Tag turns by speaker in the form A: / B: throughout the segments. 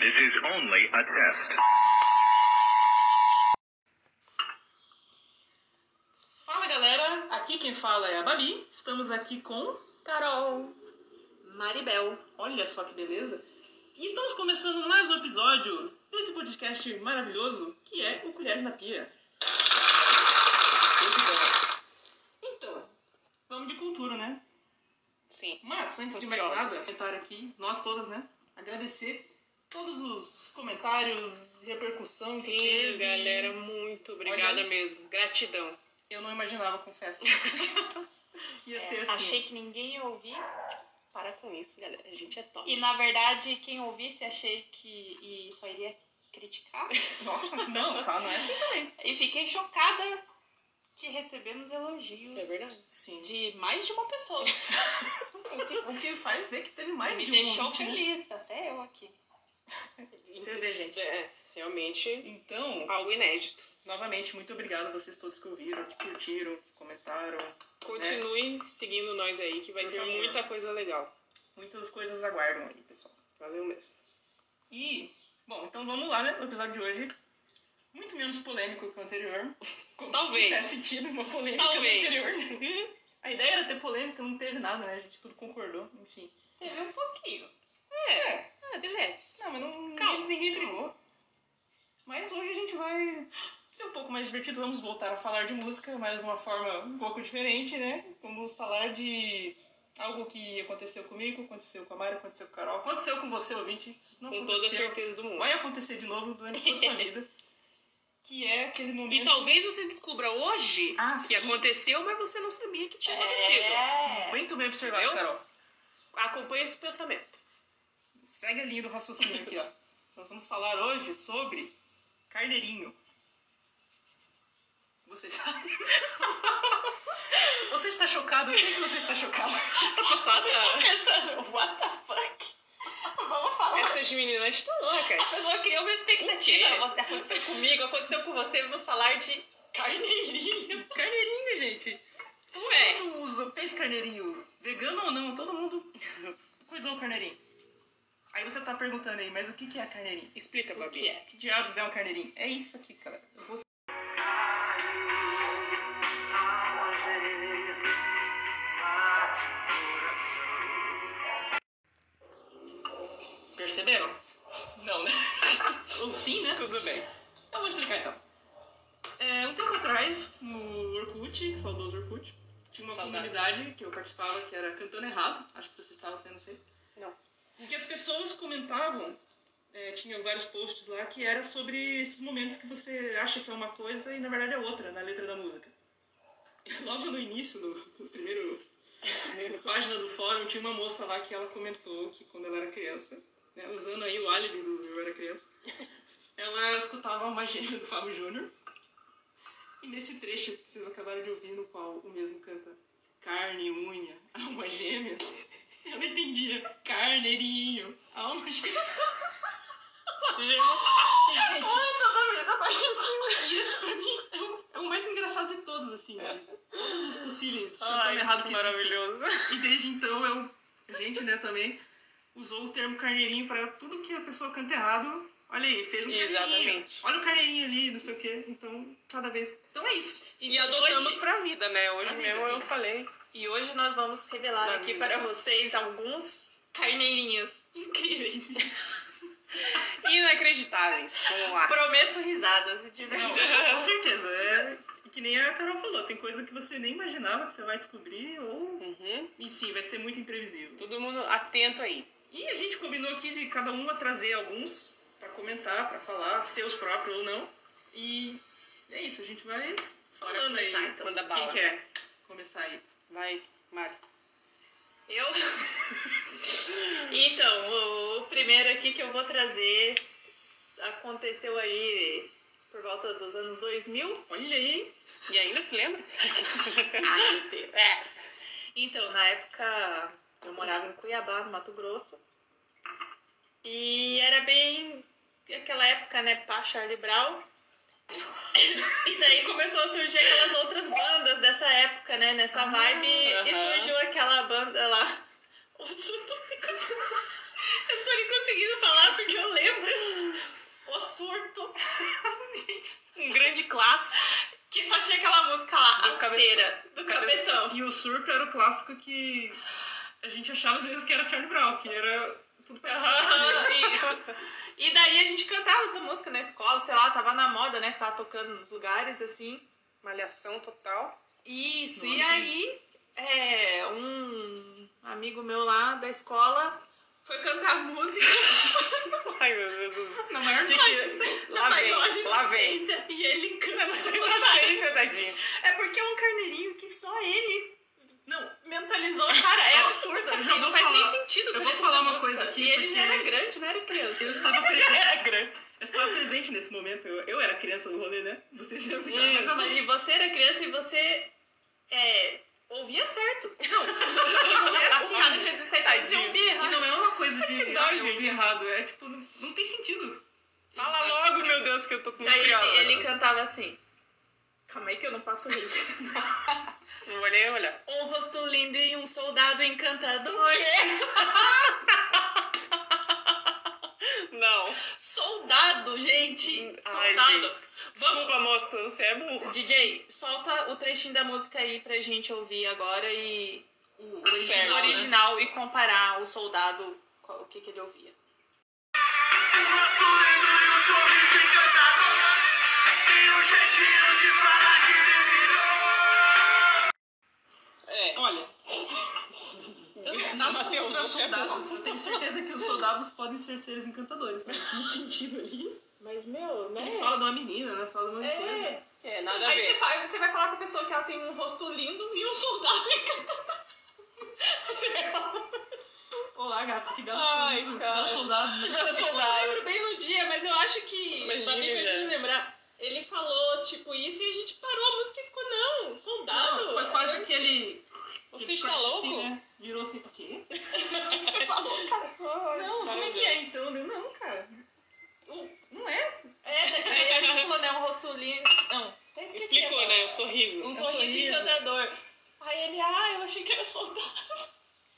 A: It is only a test.
B: Fala galera, aqui quem fala é a Babi. Estamos aqui com Carol.
C: Maribel.
B: Olha só que beleza! E estamos começando mais um episódio desse podcast maravilhoso que é o Colheres na Pia. Então, vamos de cultura, né?
C: Sim.
B: Mas antes de mais nada,
C: Ansiosos.
B: comentar aqui, nós todas, né? Agradecer todos os comentários, repercussão que
C: Sim,
B: teve.
C: um galera, muito obrigada
B: Olha.
C: mesmo. Gratidão.
B: Eu não imaginava, confesso.
C: É,
B: que ia ser assim.
D: É, Achei que ninguém ia ouvir.
C: Para com isso, galera. A gente é top.
D: E na verdade, quem ouvisse achei que e só iria criticar.
B: Nossa, não, tá, não é assim também.
D: E fiquei chocada que recebemos elogios
C: É verdade.
B: Sim.
D: de mais de uma pessoa.
B: O que, o que faz ver que teve mais
D: Me
B: de um
D: deixou
B: ouvinte, né?
D: feliz, até eu aqui.
B: Você vê, gente.
C: É, realmente
B: Então,
C: algo inédito.
B: novamente, muito obrigado a vocês todos que ouviram, que curtiram, que comentaram.
C: Continue seguindo nós aí, que vai
B: Por
C: ter
B: favor.
C: muita coisa legal.
B: Muitas coisas aguardam aí, pessoal.
C: Valeu mesmo.
B: E, bom, então vamos lá, né? O episódio de hoje, muito menos polêmico que o anterior. Como
C: Talvez.
B: Se tivesse tido uma polêmica
C: Talvez.
B: no anterior. A ideia era ter polêmica, não teve nada, né? A gente tudo concordou, enfim.
D: Teve um pouquinho.
C: É. Ah, deletes.
B: Não, mas não,
C: Calma,
B: ninguém, ninguém
C: calma.
B: brigou. Mas hoje a gente vai ser um pouco mais divertido. Vamos voltar a falar de música, mas de uma forma um pouco diferente, né? Vamos falar de algo que aconteceu comigo, aconteceu com a Mari, aconteceu com a Carol, aconteceu com você, ouvinte. Isso não
C: Com toda a
B: aconteceu.
C: certeza do mundo.
B: vai acontecer de novo durante toda a sua vida. Que é aquele momento.
C: E talvez você descubra hoje
B: ah,
C: que
B: sim.
C: aconteceu, mas você não sabia que tinha acontecido.
D: É.
B: Muito bem observado,
C: Entendeu?
B: Carol.
C: Acompanhe esse pensamento.
B: Segue a linha do raciocínio aqui, ó. Nós vamos falar hoje sobre carneirinho. Você sabe? você está chocado? Eu sei que você está chocado.
C: Tá passada?
D: Pensando, what the fuck? Vamos falar.
C: Essas meninas estão
D: A
C: loucas.
D: pessoa criou uma
C: O quê?
D: expectativa. Você- Aconteceu comigo, aconteceu com você, vamos falar de carneirinho.
B: Carneirinho, gente. é?
C: Ué.
B: Todo mundo usa, fez carneirinho. Vegano ou não, todo mundo coisou o carneirinho. Aí você tá perguntando aí, mas o que que é carneirinho?
C: Explica,
D: O
C: Babi.
D: que é?
B: Que diabos é um carneirinho? É isso aqui, cara. Eu vou... Perceberam? Não, né? Ou sim, né?
C: Tudo bem.
B: Eu vou explicar então. É, um tempo atrás, no Orkut, saudoso Orkut, tinha uma
C: Saudades.
B: comunidade que eu participava que era Cantando Errado. Acho que vocês estavam vendo, não sei.
C: Não.
B: Em que as pessoas comentavam, é, tinham vários posts lá, que era sobre esses momentos que você acha que é uma coisa e na verdade é outra na letra da música. E Logo no início, no, no primeiro na página do fórum, tinha uma moça lá que ela comentou que quando ela era criança, né, usando aí o álibi do Eu Era Criança, ela escutava uma gêmea do Fábio Júnior. E nesse trecho que vocês acabaram de ouvir, no qual o mesmo canta carne, unha, alma gêmea, ela entendia carneirinho, alma gêmea.
D: Gente,
B: E isso pra mim é o, é o mais engraçado de todos, assim, de todos os possíveis.
C: Ai,
B: cantando errado
C: que
B: que existem.
C: maravilhoso.
B: E desde então eu, a gente, né, também usou o termo carneirinho pra tudo que a pessoa canta errado. Olha aí, fez um carneirinho.
C: Exatamente.
B: Olha o carneirinho ali, não sei o quê. Então, cada vez. Então é isso.
C: E adotamos
D: hoje-
C: pra vida, né? Hoje
B: Pra vida,
C: mesmo eu
B: vida.
C: falei.
D: E hoje nós vamos revelar
C: Da
D: aqui
C: minha.
D: para vocês alguns carneirinhos incríveis.
C: Inacreditáveis. Vamos lá.
D: Prometo risadas e
B: Não,
D: diversão.
B: com certeza. É que nem a Carol falou, tem coisa que você nem imaginava que você vai descobrir, ou.
C: Uhum.
B: Enfim, vai ser muito imprevisível.
C: Todo mundo atento aí.
B: E a gente combinou aqui de cada uma trazer alguns pra comentar, pra falar, seus próprios ou não. E é isso, a gente vai
D: Bora
B: falando aí.
D: começar, então.
C: Manda
B: Quem
C: bala.
B: quer começar aí?
C: Vai, Mari.
D: Eu. então, o- o primeiro aqui que eu vou trazer aconteceu aí por volta dos anos 2000.
B: Olha aí.
C: E ainda se lembra?
D: Ai, meu Deus.
C: É.
D: Então, na época eu morava em Cuiabá, no Mato Grosso. E era bem aquela época, né, pá Charlie Brown. e daí começou a surgir aquelas outras bandas dessa época, né, nessa
C: Ah,
D: vibe. E
C: aham.
D: surgiu aquela banda lá. Nossa, eu tô, eu tô nem conseguindo falar porque eu lembro.
C: Um clássico.
D: Que só tinha aquela música lá,
C: Do
D: a
C: cabeção.
D: cera, do cabeção.
B: E o surto era o clássico que a gente achava às vezes que era Charlie Brown, que era tudo parecido.
D: Aham, isso. E daí a gente cantava essa música na escola, sei lá, tava na moda, né? Ficava tocando nos lugares, assim.
C: Malhação total.
D: Isso, e
B: Nossa.
D: aí é, um amigo meu lá da escola foi cantar música
C: Ai, meu Deus. do céu.
B: Na maior
C: De que... Lá
D: na
C: vem,
D: maior
C: lá vem.
D: inocência, e ele canta.
C: Paciência, tadinho.
D: É porque é um carneirinho que só ele
B: Não,
D: mentalizou, cara, é absurdo,
B: eu
D: assim,
B: vou
D: não faz
B: falar-
D: nem sentido.
B: eu
D: quando
B: vou
D: ele
B: falar
D: canta
B: uma
D: música.
B: coisa aqui,
D: E ele já
B: porque-
D: era grande, não era criança.
B: eu estava
C: Já
B: presente.
C: era grande.
B: Eu estava presente nesse momento. Eu, eu era criança no rolê, né? Vocês já
C: Hum,
B: mas eu não-
D: Mas e você era criança e você é, ouvia certo.
B: não é assim.
D: O cara tinha 17 anos e
C: Tadinho.
D: ouvia
B: E
D: errado.
B: não é uma coisa de
C: Que dó,
B: ah, eu
C: gente.
B: ouvi errado. É tipo, não, não tem sentido.
C: Fala logo, meu Deus, que eu tô com
D: Daí
C: curiosa.
D: ele, ele cantava assim. Calma aí que eu não passo rico.
C: Não vou nem olhar.
D: Um rosto lindo e um soldado encantador.
C: Não.
D: Soldado, gente!
C: Ai,
D: Soldado! Vamos,
C: Desculpa, moço, você é burro.
D: DJ, solta o trechinho da música aí pra gente ouvir agora e
B: O
C: Certo,
D: o
B: original, né?
D: original e comparar o soldado com o que, que ele ouvia.
C: É.
B: Olha, eu não- nada
C: Mateus,
B: contra
C: você é
B: soldados. Eu tenho certeza que os soldados podem ser seres encantadores, mas no sentido ali.
D: Mas, meu,
B: Ele fala de uma menina, né? Fala de uma coisa.
C: É, nada a
D: Aí você,
C: ver.
D: fala- você vai falar com a pessoa que ela tem um rosto lindo e um soldado encantador. Você vai falar.
B: Olá, gata, que bela
C: Ai,
B: sorriso, que
C: cara.
B: bela soldado.
C: Você é
D: assim, Eu não
C: soldado. né?
D: lembro bem no dia, mas eu acho que.
C: Mas
D: Tá bem
C: diga.
D: pra me lembrar. Ele falou, tipo, isso e a gente parou a música e ficou, não, soldado.
B: Não, foi quase aquele.
C: tá Você
B: aquele
C: está
B: corte
C: louco?
B: assim, né? Virou assim, o quê?
D: que você falou, cara.
B: Não, como é que é então? Eu, não, cara. Eu- Não é?
D: É, daí a gente falou, né, um rosto lindo. Não, até esqueci.
C: Explicou,
D: agora.
C: né? O sorriso.
D: Um
B: um
D: sorriso,
B: sorriso.
D: encantador. Aí ele, ah, eu achei que era soldado.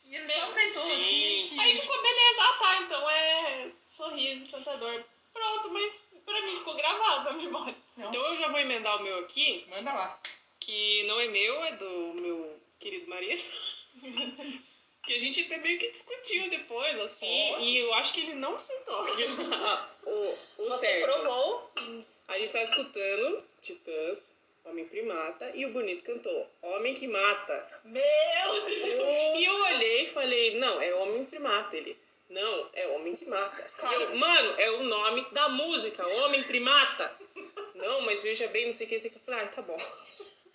B: E ele
D: Meu,
B: só aceitou assim.
C: gente.
B: que-
D: Aí ficou, beleza, ah, tá, então é sorriso, encantador. Pronto, mas pra mim ficou gravado a memória.
C: Então eu já vou emendar o meu aqui.
B: Manda lá.
C: que não é meu, é do meu querido marido. que a gente até meio que discutiu depois, assim,
B: Ó.
C: e eu acho que ele não aceitou o, o certo.
D: provou.
C: A gente tava escutando Titãs, Homem Primata, e o Bonito cantou Homem que Mata.
D: Meu
C: E eu olhei e falei, não, é Homem Primata. Ele, não, é Homem que Mata. E eu, mano, é o nome da música, Homem Primata. Não, mas veja bem, não sei o que, não sei o que. Eu falei, ah, tá bom.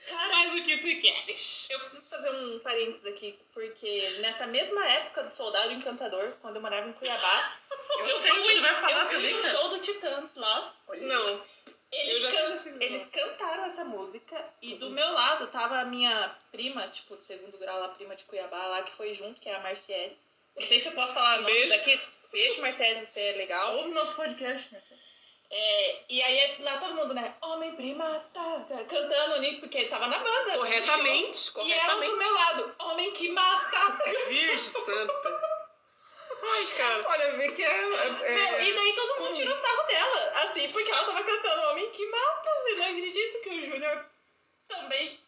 C: Faz o que tu queres.
D: Eu preciso fazer um parênteses aqui, porque nessa mesma época do Soldado Encantador, quando eu morava em Cuiabá,
B: Eu sei que você vai
C: Ah,
B: falar
D: eu fui
B: também, né?
D: no
B: cara.
D: show do Titãs lá.
C: Não. Eu
D: Eles,
C: já assim, né?
D: can-
C: Uhum. tinha sido lá.
D: eles cantaram essa música e do meu lado tava a minha prima, tipo, de segundo grau lá, prima de Cuiabá lá, que foi junto, que é a Marciele. Não sei se eu posso falar o nome
C: Beijo.
D: daqui. Beijo, Marciele, você é legal.
B: Ouve nosso podcast, né?
D: É, e aí lá todo mundo, né? Homem primata, cantando ali, porque ele tava na banda. no show.
C: Corretamente,
D: E ela
C: corretamente.
D: do meu lado, homem que mata.
C: Virgem Santa. Ai, cara.
B: Olha, vê que
D: Meu,
B: é.
D: e daí todo mundo tirou sarro dela, assim, porque ela tava cantando Homem que Mata. Eu não acredito que o Júnior também.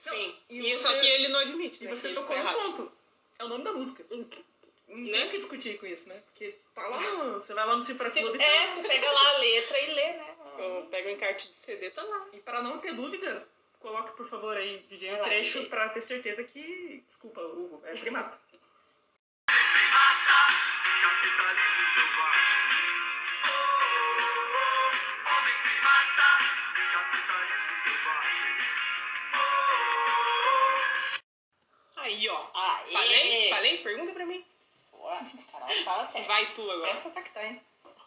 C: Sim.
B: e
C: Isso
B: você-
C: aqui ele não admite.
B: E
C: né,
B: você
C: que isso
B: tocou
C: tá
B: no
C: errado.
B: ponto. É o nome da música. Não
C: Né?
B: tem o que discutir com isso, né? Porque tá lá no. Você vai lá no Cifra
D: Se,
B: Club e tá
D: é, você pega lá a letra e lê, né?
C: Eu pego um encarte de CD, tá lá.
B: E pra não ter dúvida, coloque por favor aí, DJ,
D: Vai
B: um
D: lá,
B: trecho
D: DJ.
B: pra ter certeza que. Desculpa, Hugo, é primata.
A: Capitalismo selvagem. Oh, oh, oh, homem que mata. Capitalismo selvagem.
C: Aí, ó.
D: Aê!
B: É.
C: Falei? Falei? Pergunta pra mim.
D: Boa, Carol, fala sério.
C: Vai tu agora.
B: Essa tá que tá, hein?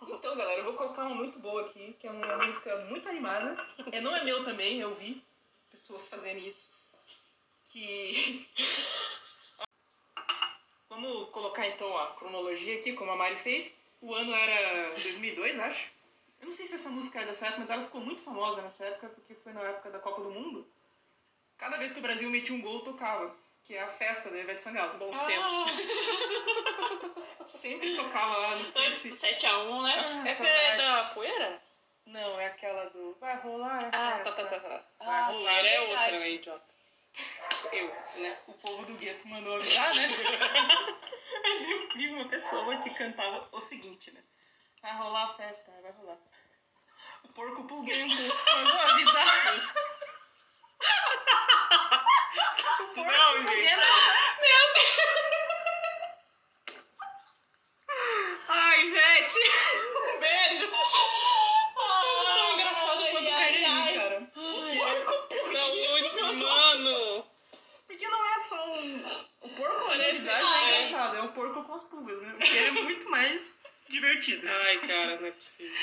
B: Então, galera, eu vou colocar uma muito boa aqui, que é uma música muito animada. É, não é meu também, eu vi pessoas fazendo isso. Que. Vamos colocar então a cronologia aqui, como a Mari fez. O ano era 2002, acho. Eu não sei se essa música é dessa época, mas ela ficou muito famosa nessa época, porque foi na época da Copa do Mundo. Cada vez que o Brasil metia um gol, tocava, que é a festa da Ivete Sangalo.
C: Bons tempos.
D: Ah,
B: Sempre tocava lá no
D: antes
B: Sense.
D: do 7x1, né?
B: Ah,
C: Essa
B: saudade.
C: é da poeira?
B: Não, é aquela do. Vai rolar. a
C: Ah, tá,
B: festa.
C: tá, tá. tá.
B: Vai
D: Ah,
B: rolar.
C: Mulher é outra,
D: verdade.
C: né, idiota? Eu, né?
B: O povo do gueto mandou avisar, né? Mas eu vi uma pessoa que cantava o seguinte, né? Vai rolar a festa, vai rolar. O porco pulguento mandou avisar. O porco
C: Não, gente. Ai, Ivete! Um beijo! Ah,
B: Mas é tão engraçado
D: Ai,
B: quanto o
D: ai,
B: Carneirinho,
D: ai.
B: cara.
C: Não, mano!
B: Porque não é só um. O porco
C: Parece-
B: organizado é
C: é.
B: engraçado, é o porco com as pulgas, né? Porque é muito mais divertido.
C: Ai, cara, não é possível.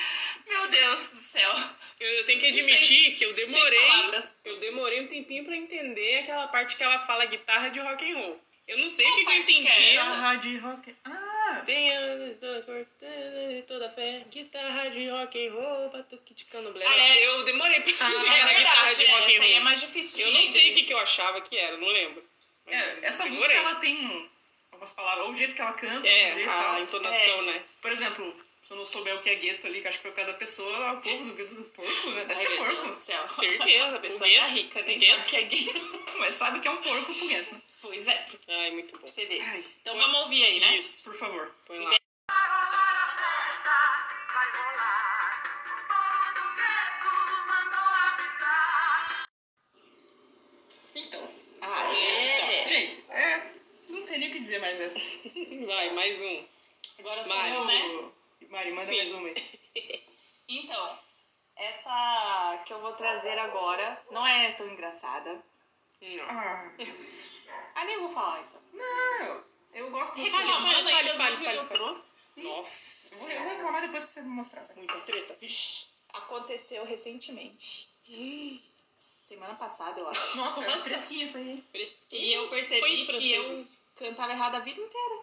D: Meu Deus do céu.
C: Eu, eu tenho que admitir que eu
D: Sem
C: demorei.
D: palavras.
C: Eu demorei um tempinho pra entender aquela parte que ela fala guitarra de rock and roll. Eu não sei o que, que eu
D: parte que
C: entendi.
D: é essa?
B: Guitarra de rock. Ah!
C: Tem anos de toda cor, de toda fé, guitarra de rock and roll, batuque de cano blé.
D: Ah, é?
C: Eu demorei pra
B: Ah,
C: entender
D: É
C: era guitarra
D: verdade,
C: de
D: é,
C: rock
D: essa aí é
C: and roll.
D: mais difícil.
C: Eu não sei o que, que eu achava que era, não lembro.
B: É,
C: Mas
B: essa
C: demorei.
B: música ela tem algumas palavras, ou o jeito que ela canta, ou o
C: É,
B: jeito
C: a
B: tal.
C: entonação, né?
B: Por exemplo, se eu não souber o que é gueto ali, que acho que foi cada pessoa, é o povo do gueto do porco, né? Deve
D: Ai,
B: ser
D: meu Deus do
B: porco.
D: céu.
C: é Certeza,
D: A pessoa
C: gueto,
D: tá rica, nem
C: gueto.
D: sabe que é gay.
B: Mas sabe que é um porco com gueto.
D: Pois é, pra
C: Ai, muito bom.
D: você ver.
B: Ai,
D: Então vamos ouvir aí, né?
C: Isso,
B: por favor.
C: põe lá.
A: Vai rolar. O povo do gueto mandou avisar.
B: Então,
D: Ah, é.
B: gente, é. Não tem nem o que dizer mais dessa.
C: Vai, mais um.
D: Agora sou
C: Mari.
D: eu, né?
B: Mari, manda
C: Sim.
B: mais uma aí.
D: Então, essa que eu vou trazer agora não é tão engraçada.
C: Não.
B: Ah,
D: Ah, nem vou falar então.
B: não. Eu gosto dessa.
C: Fale,
B: música.
D: Reclamando aí
C: fale,
D: das músicas é
C: fale,
D: que
C: fale,
D: eu
C: fale.
D: trouxe.
C: Nossa,
B: Eu vou, eu vou reclamar depois que você me mostrar. tá?
C: muita treta. Vixe.
D: Aconteceu recentemente. Semana passada, eu acho.
B: Nossa, é
C: Nossa.
B: fresquinha isso aí.
D: E eu percebi que eu cantava errado a vida inteira.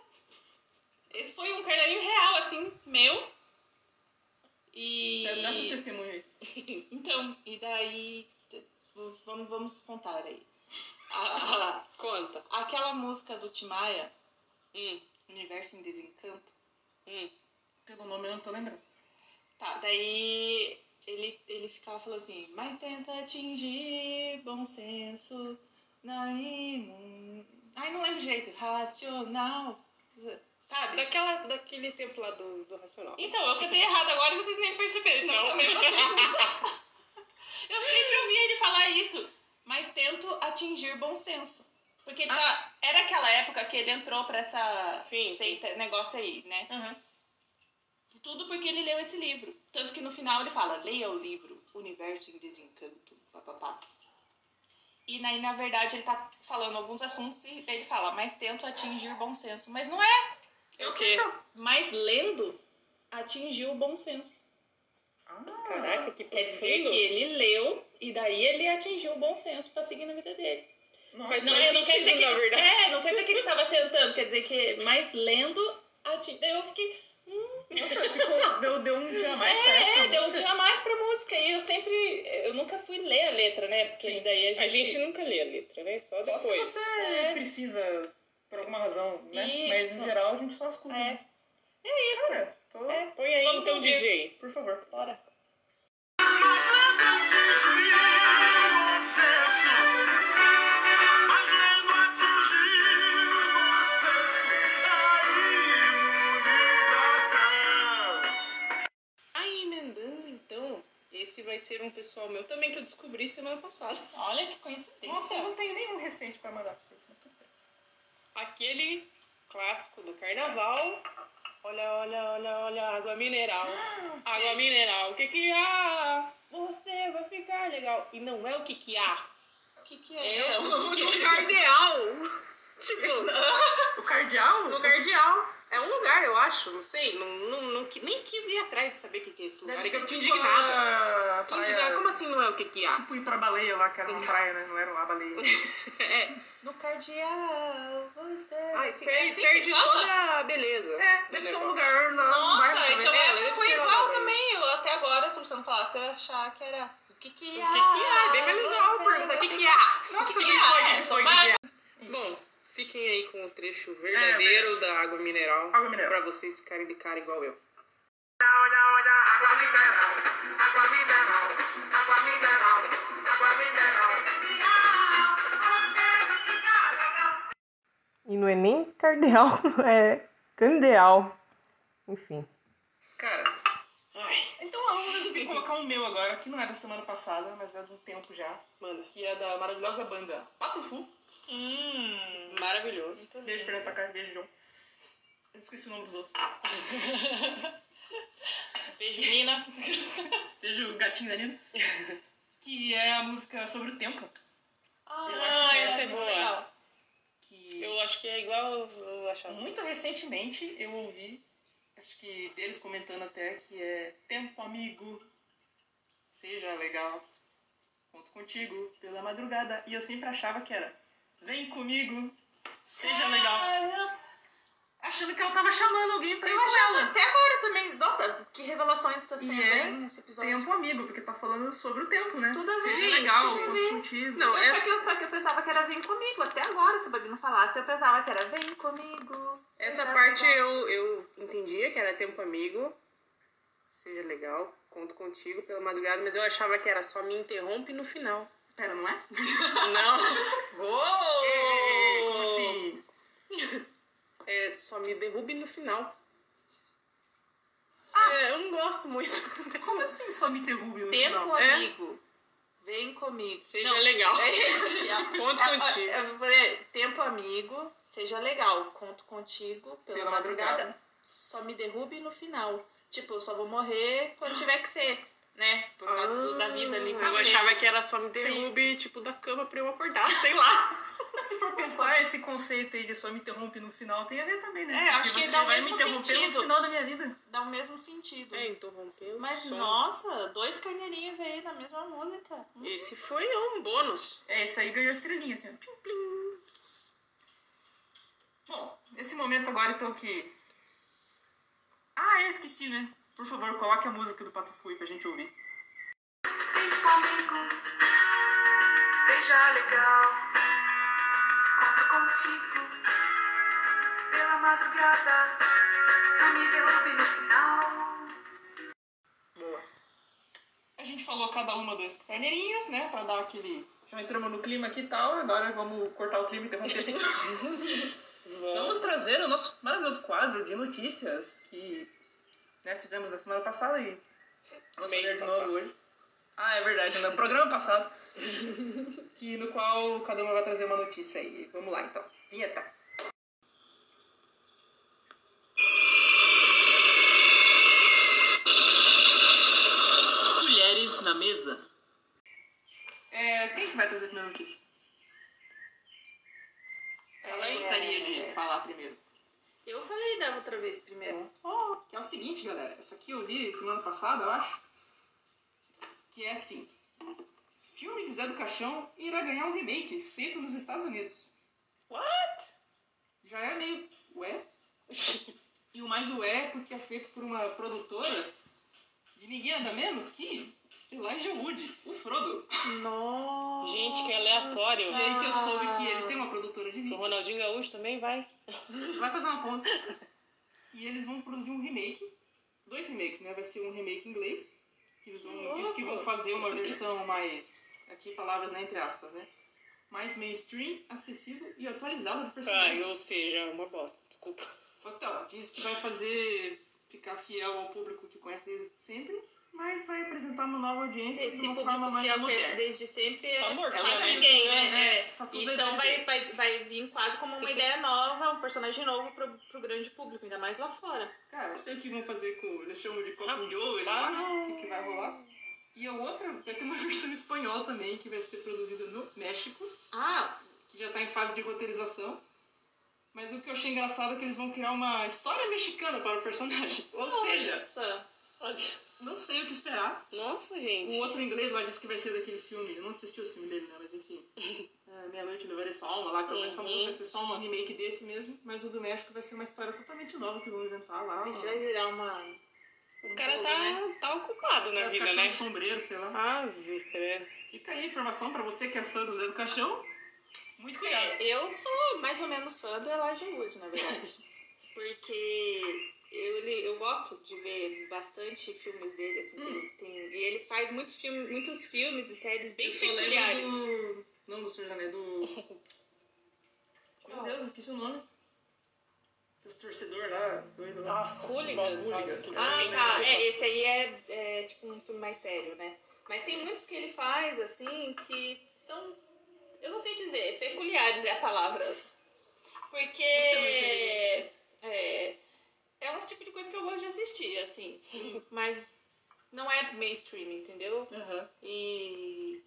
D: Esse foi um carneirinho real, assim, meu. E.
B: Dá dá seu testemunho aí.
D: Então, e daí. t- Vamos, vamos contar aí. A-
C: Conta.
D: a- aquela música do Timaya,
C: Hum,
D: Universo em Desencanto.
C: hum.
B: Pelo nome eu não tô lembrando.
D: Tá, daí ele, ele ficava falando assim, mas tenta atingir bom senso. Na imun... Ai, não lembro direito. Racional. Sabe?
C: Daquela, daquele tempo lá do, do Racional.
D: Então, eu cantei errado agora e vocês nem perceberam. Então,
C: Não.
D: também vocês. eu sempre ouvi ele falar isso, mas tento atingir bom senso. Porque ele tava- era aquela época que ele entrou pra essa
C: Ah. Sim.
D: seita, negócio aí, né?
B: Aham.
D: Tudo porque ele leu esse livro. Tanto que no final ele fala, leia o livro Universo em Desencanto, papapá. E aí, na verdade, ele tá falando alguns assuntos e ele fala, mas tento atingir bom senso. Mas não é,
C: É o quê?
D: mas lendo, atingiu o bom senso.
B: Ah,
C: Caraca, É que
D: Quer dizer que
C: profundo.
D: ele leu e daí ele atingiu o bom senso pra seguir na vida dele.
B: Nossa,
C: Mas
D: não,
C: faz
D: é, não quer dizer
C: sentido,
D: que
C: na verdade.
D: É, não quer dizer que ele tava tentando, quer dizer que mais lendo atingiu. Eu fiquei,
B: Nossa, ficou, deu, deu um dia a mais, parece. pra
D: é, deu um
B: música.
D: dia a mais pra música. E eu sempre, eu nunca fui ler a letra, né? Porque
B: Sim.
D: daí a gente.
C: A gente nunca lê a letra, né? Só,
B: Só se
C: depois.
B: você
D: É.
B: precisa, por alguma razão, né?
D: Isso.
B: Mas, em geral, a gente só escuta.
D: É.
B: né? É isso. Cara, tô...
D: É.
C: Põe aí
D: Vamos
C: então,
D: ouvir.
C: DJ.
B: Por favor.
D: Bora.
C: Aí, Ah, emendando então. Esse vai ser um pessoal meu também que eu descobri semana passada.
D: Olha que coincidência.
B: Nossa, eu não tenho nenhum recente pra mandar pra vocês, mas tudo bem.
C: Aquele clássico do carnaval. Olha, olha, olha, olha, água mineral. água mineral, o que que há? Ah, Você vai ficar legal. E não é o que que há.
D: o que, que é?
C: o cardeal. Tipo,
B: O cardeal?
C: no cardeal. É um lugar, eu acho, não sei. Não, não, não qui- nem quis ir atrás de saber o que, que é esse lugar.
B: Deve
C: é que
B: ser
C: eu fico
B: tipo
C: indignada.
B: a
C: Fico
B: praia-
C: indignada. Como assim não é o que que há?
B: Tipo ir pra baleia lá, que era uma praia, né? Não era uma baleia.
C: É,
D: No cardeal, você.
C: ai,
D: vai ficar- É
C: perde,
D: assim que
C: perde
D: fala?
C: toda a beleza.
B: É,
C: do
B: deve ser um
C: negócio.
B: lugar lá, um
D: Nossa,
B: bar também.
D: então
C: né?
D: essa
C: Deve
D: foi
C: ser lá,
D: igual
C: né?
D: também. Eu, até agora, se você não falasse, eu ia achar que era. O que que é?
C: O que que há? É bem mais legal
D: Você
C: perguntar o que
D: vai
C: que há.
B: Nossa,
D: que
B: que
D: que é?
B: foi, que foi, que que é?
C: Bom, fiquem aí com o trecho verdadeiro da água mineral.
B: Água mineral.
C: Pra vocês ficarem de cara igual eu.
A: Olha, olha, água mineral, água mineral.
E: é nem cardeal, é candeal. Enfim.
B: Cara, então eu resolvi colocar um meu agora, que não é da semana passada, mas é de um tempo já.
C: Manda.
B: Que é da maravilhosa banda Patufu.
D: Hum.
C: Maravilhoso.
D: Muito
B: Beijo,
D: lindo.
B: Fernando Takai. Beijo, John. Eu esqueci o nome dos outros.
D: Beijo, Nina.
B: Beijo, gatinho da Nina. que é a música sobre o tempo. Eu acho
D: Ah,
B: que
D: essa
B: essa
D: é
B: é
D: muito
C: boa.
D: legal.
B: Que
C: Eu acho que é igual eu achava.
B: Tá muito recentemente eu ouvi, acho que deles comentando até, que é Tempo Amigo, seja legal, conto contigo pela madrugada. E eu sempre achava que era Vem comigo, seja legal.
D: Caramba,
B: Achando que ela tava chamando alguém pra ir
D: É, Eu
B: com
D: achava
B: ela.
D: até agora também. Nossa, que revelações tá sendo
B: E é
D: hein, nesse episódio.
B: Tempo Amigo, porque tá falando sobre o tempo, né?
D: Tudo a ver.
B: Seja legal,
D: Tudo a
B: conto
D: ver.
B: contigo.
D: Eu
C: Não,
D: só, que
C: essa,
D: eu, só que eu pensava que era vem comigo, até agora, se o Babi não falasse, eu pensava que era vem comigo.
C: essa
D: seja
C: parte
D: legal.
C: eu, eu entendia que era tempo amigo. Seja legal, conto contigo pela madrugada, mas eu achava que era só me interrompe no final.
B: Pera, não é?
C: Não! Uou!
D: É,
B: Ei, como assim?
C: É, só me derrube no final.
D: Ah!
C: É, eu não gosto muito
B: Como
C: dessa.
B: assim só me interrompe no
D: Tempo
B: final?
C: É.
D: amigo. Vem comigo.
C: Seja
D: Não,
C: legal.
D: é isso, é a-
C: Conto
D: a- a-
C: contigo.
D: eu falei, tempo amigo, seja legal. Conto contigo pela,
B: Pela
D: madrugada.
B: madrugada.
D: Só me derrube no final. Tipo, eu só vou morrer quando tiver que ser, né? Por causa do- da vida ali.
C: Ah, Eu achava que era só me derrube, tipo, da cama pra eu acordar, sei lá.
B: Mas se for pensar, esse conceito aí de só me interrompe no final tem a ver também, né?
D: É, acho
B: Porque
D: que
B: você
D: dá o
B: vai
D: mesmo
B: me interromper
D: sentido.
B: no final da minha vida.
D: Dá o mesmo sentido.
C: É, interrompeu.
D: Mas
C: só.
D: nossa, dois carneirinhos aí na mesma música.
C: Esse foi um bônus.
B: É, isso aí ganhou estrelinha, assim. ó. Tchum, plim. Bom, nesse momento agora, então, que... Ah, eu esqueci, né? Por favor, coloque a música do Pato Fui pra gente ouvir.
A: Vem comigo, seja legal. Conto contigo pela madrugada. Só me derrube no final.
B: A gente falou cada uma dois carneirinhos, né? Pra dar aquele... Já entramos no clima aqui e tal, agora vamos cortar o clima e interromper tudo. Vamos trazer o nosso maravilhoso quadro de notícias que né, fizemos na semana passada e vamos
C: Mês
B: fazer de
C: passado.
B: novo hoje. Ah, é verdade, no programa passado. que, no qual cada uma vai trazer uma notícia aí. Vamos lá então. Vinheta.
C: Mulheres na mesa.
B: É, quem que vai trazer a primeira notícia? Ela
D: É.
B: gostaria de falar primeiro.
D: Eu falei da outra vez primeiro.
B: Que é o seguinte, galera. Essa aqui eu vi semana passada, eu acho. Que é assim. Filme de Zé do Caixão irá ganhar um remake feito nos Estados Unidos. What? Já é meio ué. e o mais ué é porque é feito por uma produtora de ninguém nada menos que Elijah Wood, o Frodo.
D: Nossa.
C: Gente, que aleatório.
B: E aí que eu soube que ele tem uma produtora de
C: O
B: vídeo.
C: Ronaldinho Gaúcho também vai.
B: Vai fazer uma ponta. E eles vão produzir um remake. Dois remakes, né? Vai ser um remake em inglês. Que eles
D: Que
B: vão,
D: louco!
B: diz que vão fazer uma versão mais. Aqui palavras né, entre aspas, né? Mais mainstream, acessível e atualizada do
C: Vai,
B: personagem.
C: ou seja, uma bosta. Desculpa.
B: Então, diz que vai fazer ficar fiel ao público que conhece desde sempre, mas vai apresentar uma nova audiência
D: Esse
B: de uma
D: público
B: forma mais
D: fiel conhece
B: moderna.
D: desde sempre é
C: Tá morto,
D: quase
C: né?
D: ninguém, né?
B: É,
D: É.
B: Tá tudo
D: Então
B: aí
D: vai, vai, vai vir quase como uma ideia nova, um personagem novo pro, pro grande público, ainda mais lá fora.
B: Cara, não sei o que vão fazer com. Eles chamam de Coffin Joe, ele lá, né? O que, que vai rolar? E a outra vai ter uma versão em espanhol também, que vai ser produzida no México,
D: Ah,
B: que já tá em fase de roteirização. Mas o que eu achei engraçado é que eles vão criar uma história mexicana para o personagem. Ou seja,
D: nossa!
B: não sei o que esperar.
C: Nossa,
B: O
C: gente.
B: outro inglês lá disse que vai ser daquele filme. Eu não assisti o filme dele, né? Mas enfim. É, Meia Noite Levarei Sua Alma lá, que é o mais
C: Uhum.
B: famoso. Vai ser só um remake desse mesmo. Mas o do México vai ser uma história totalmente nova que vão inventar lá.
D: Vixe, vai virar uma.
C: O cara
B: né?
C: tá, tá ocupado na
B: Vai ficar
C: vida, né?
B: cheio de sombreiro, sei lá.
C: Ave, credo.
B: Fica aí a informação pra você que é fã do Zé do Caixão. Muito cuidado.
D: É, eu sou mais ou menos fã do Elijah Wood, na verdade. Porque eu, ele, eu gosto de ver bastante filmes dele, assim,
B: Hum.
D: tem, tem- e ele faz muito filme, muitos filmes e séries bem
B: Eu só lembro
D: peculiares.
B: do- Não, do Senhor Jané, do... Meu Deus, esqueci o nome. Os torcedor lá, doido lá.
C: Nossa,
D: Hooligans,
C: futebol
B: hooligans.
C: tudo
D: Ah,
C: bem,
D: tá.
C: né?
D: É, esse aí é, é, tipo um filme mais sério, né? Mas tem muitos que ele faz, assim, que são. Eu não sei dizer, peculiares é a palavra. Porque.
C: Você não entendeu.
D: É, é um tipo de coisa que eu gosto de assistir, assim.
B: Uhum.
D: Mas não é mainstream, entendeu?
B: Aham.
D: E.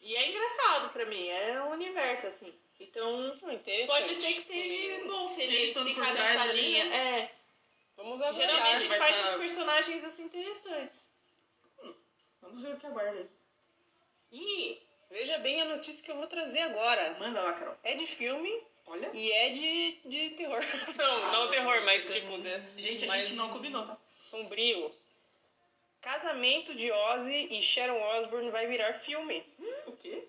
D: E é engraçado pra mim, é um universo, assim. Então.
C: Ah, interessante.
D: Pode ser que seja bom se ele,
B: Ele estando por
D: ficar
B: trás
D: nessa
B: ali, né?
D: linha. É.
C: Vamos avaliar.
D: Geralmente
B: vai
D: faz
B: tá-
D: esses personagens assim interessantes.
B: Vamos ver o que aguarda aí.
C: E veja bem a notícia que eu vou trazer agora.
B: Manda lá, Carol.
C: É de filme
B: Olha.
C: e é de, de terror. Não, não terror, mas tipo, né?
B: Gente, a
C: Mas-
B: gente não combinou, tá?
C: Sombrio. Casamento de Ozzy e Sharon Osbourne vai virar filme.
B: O quê?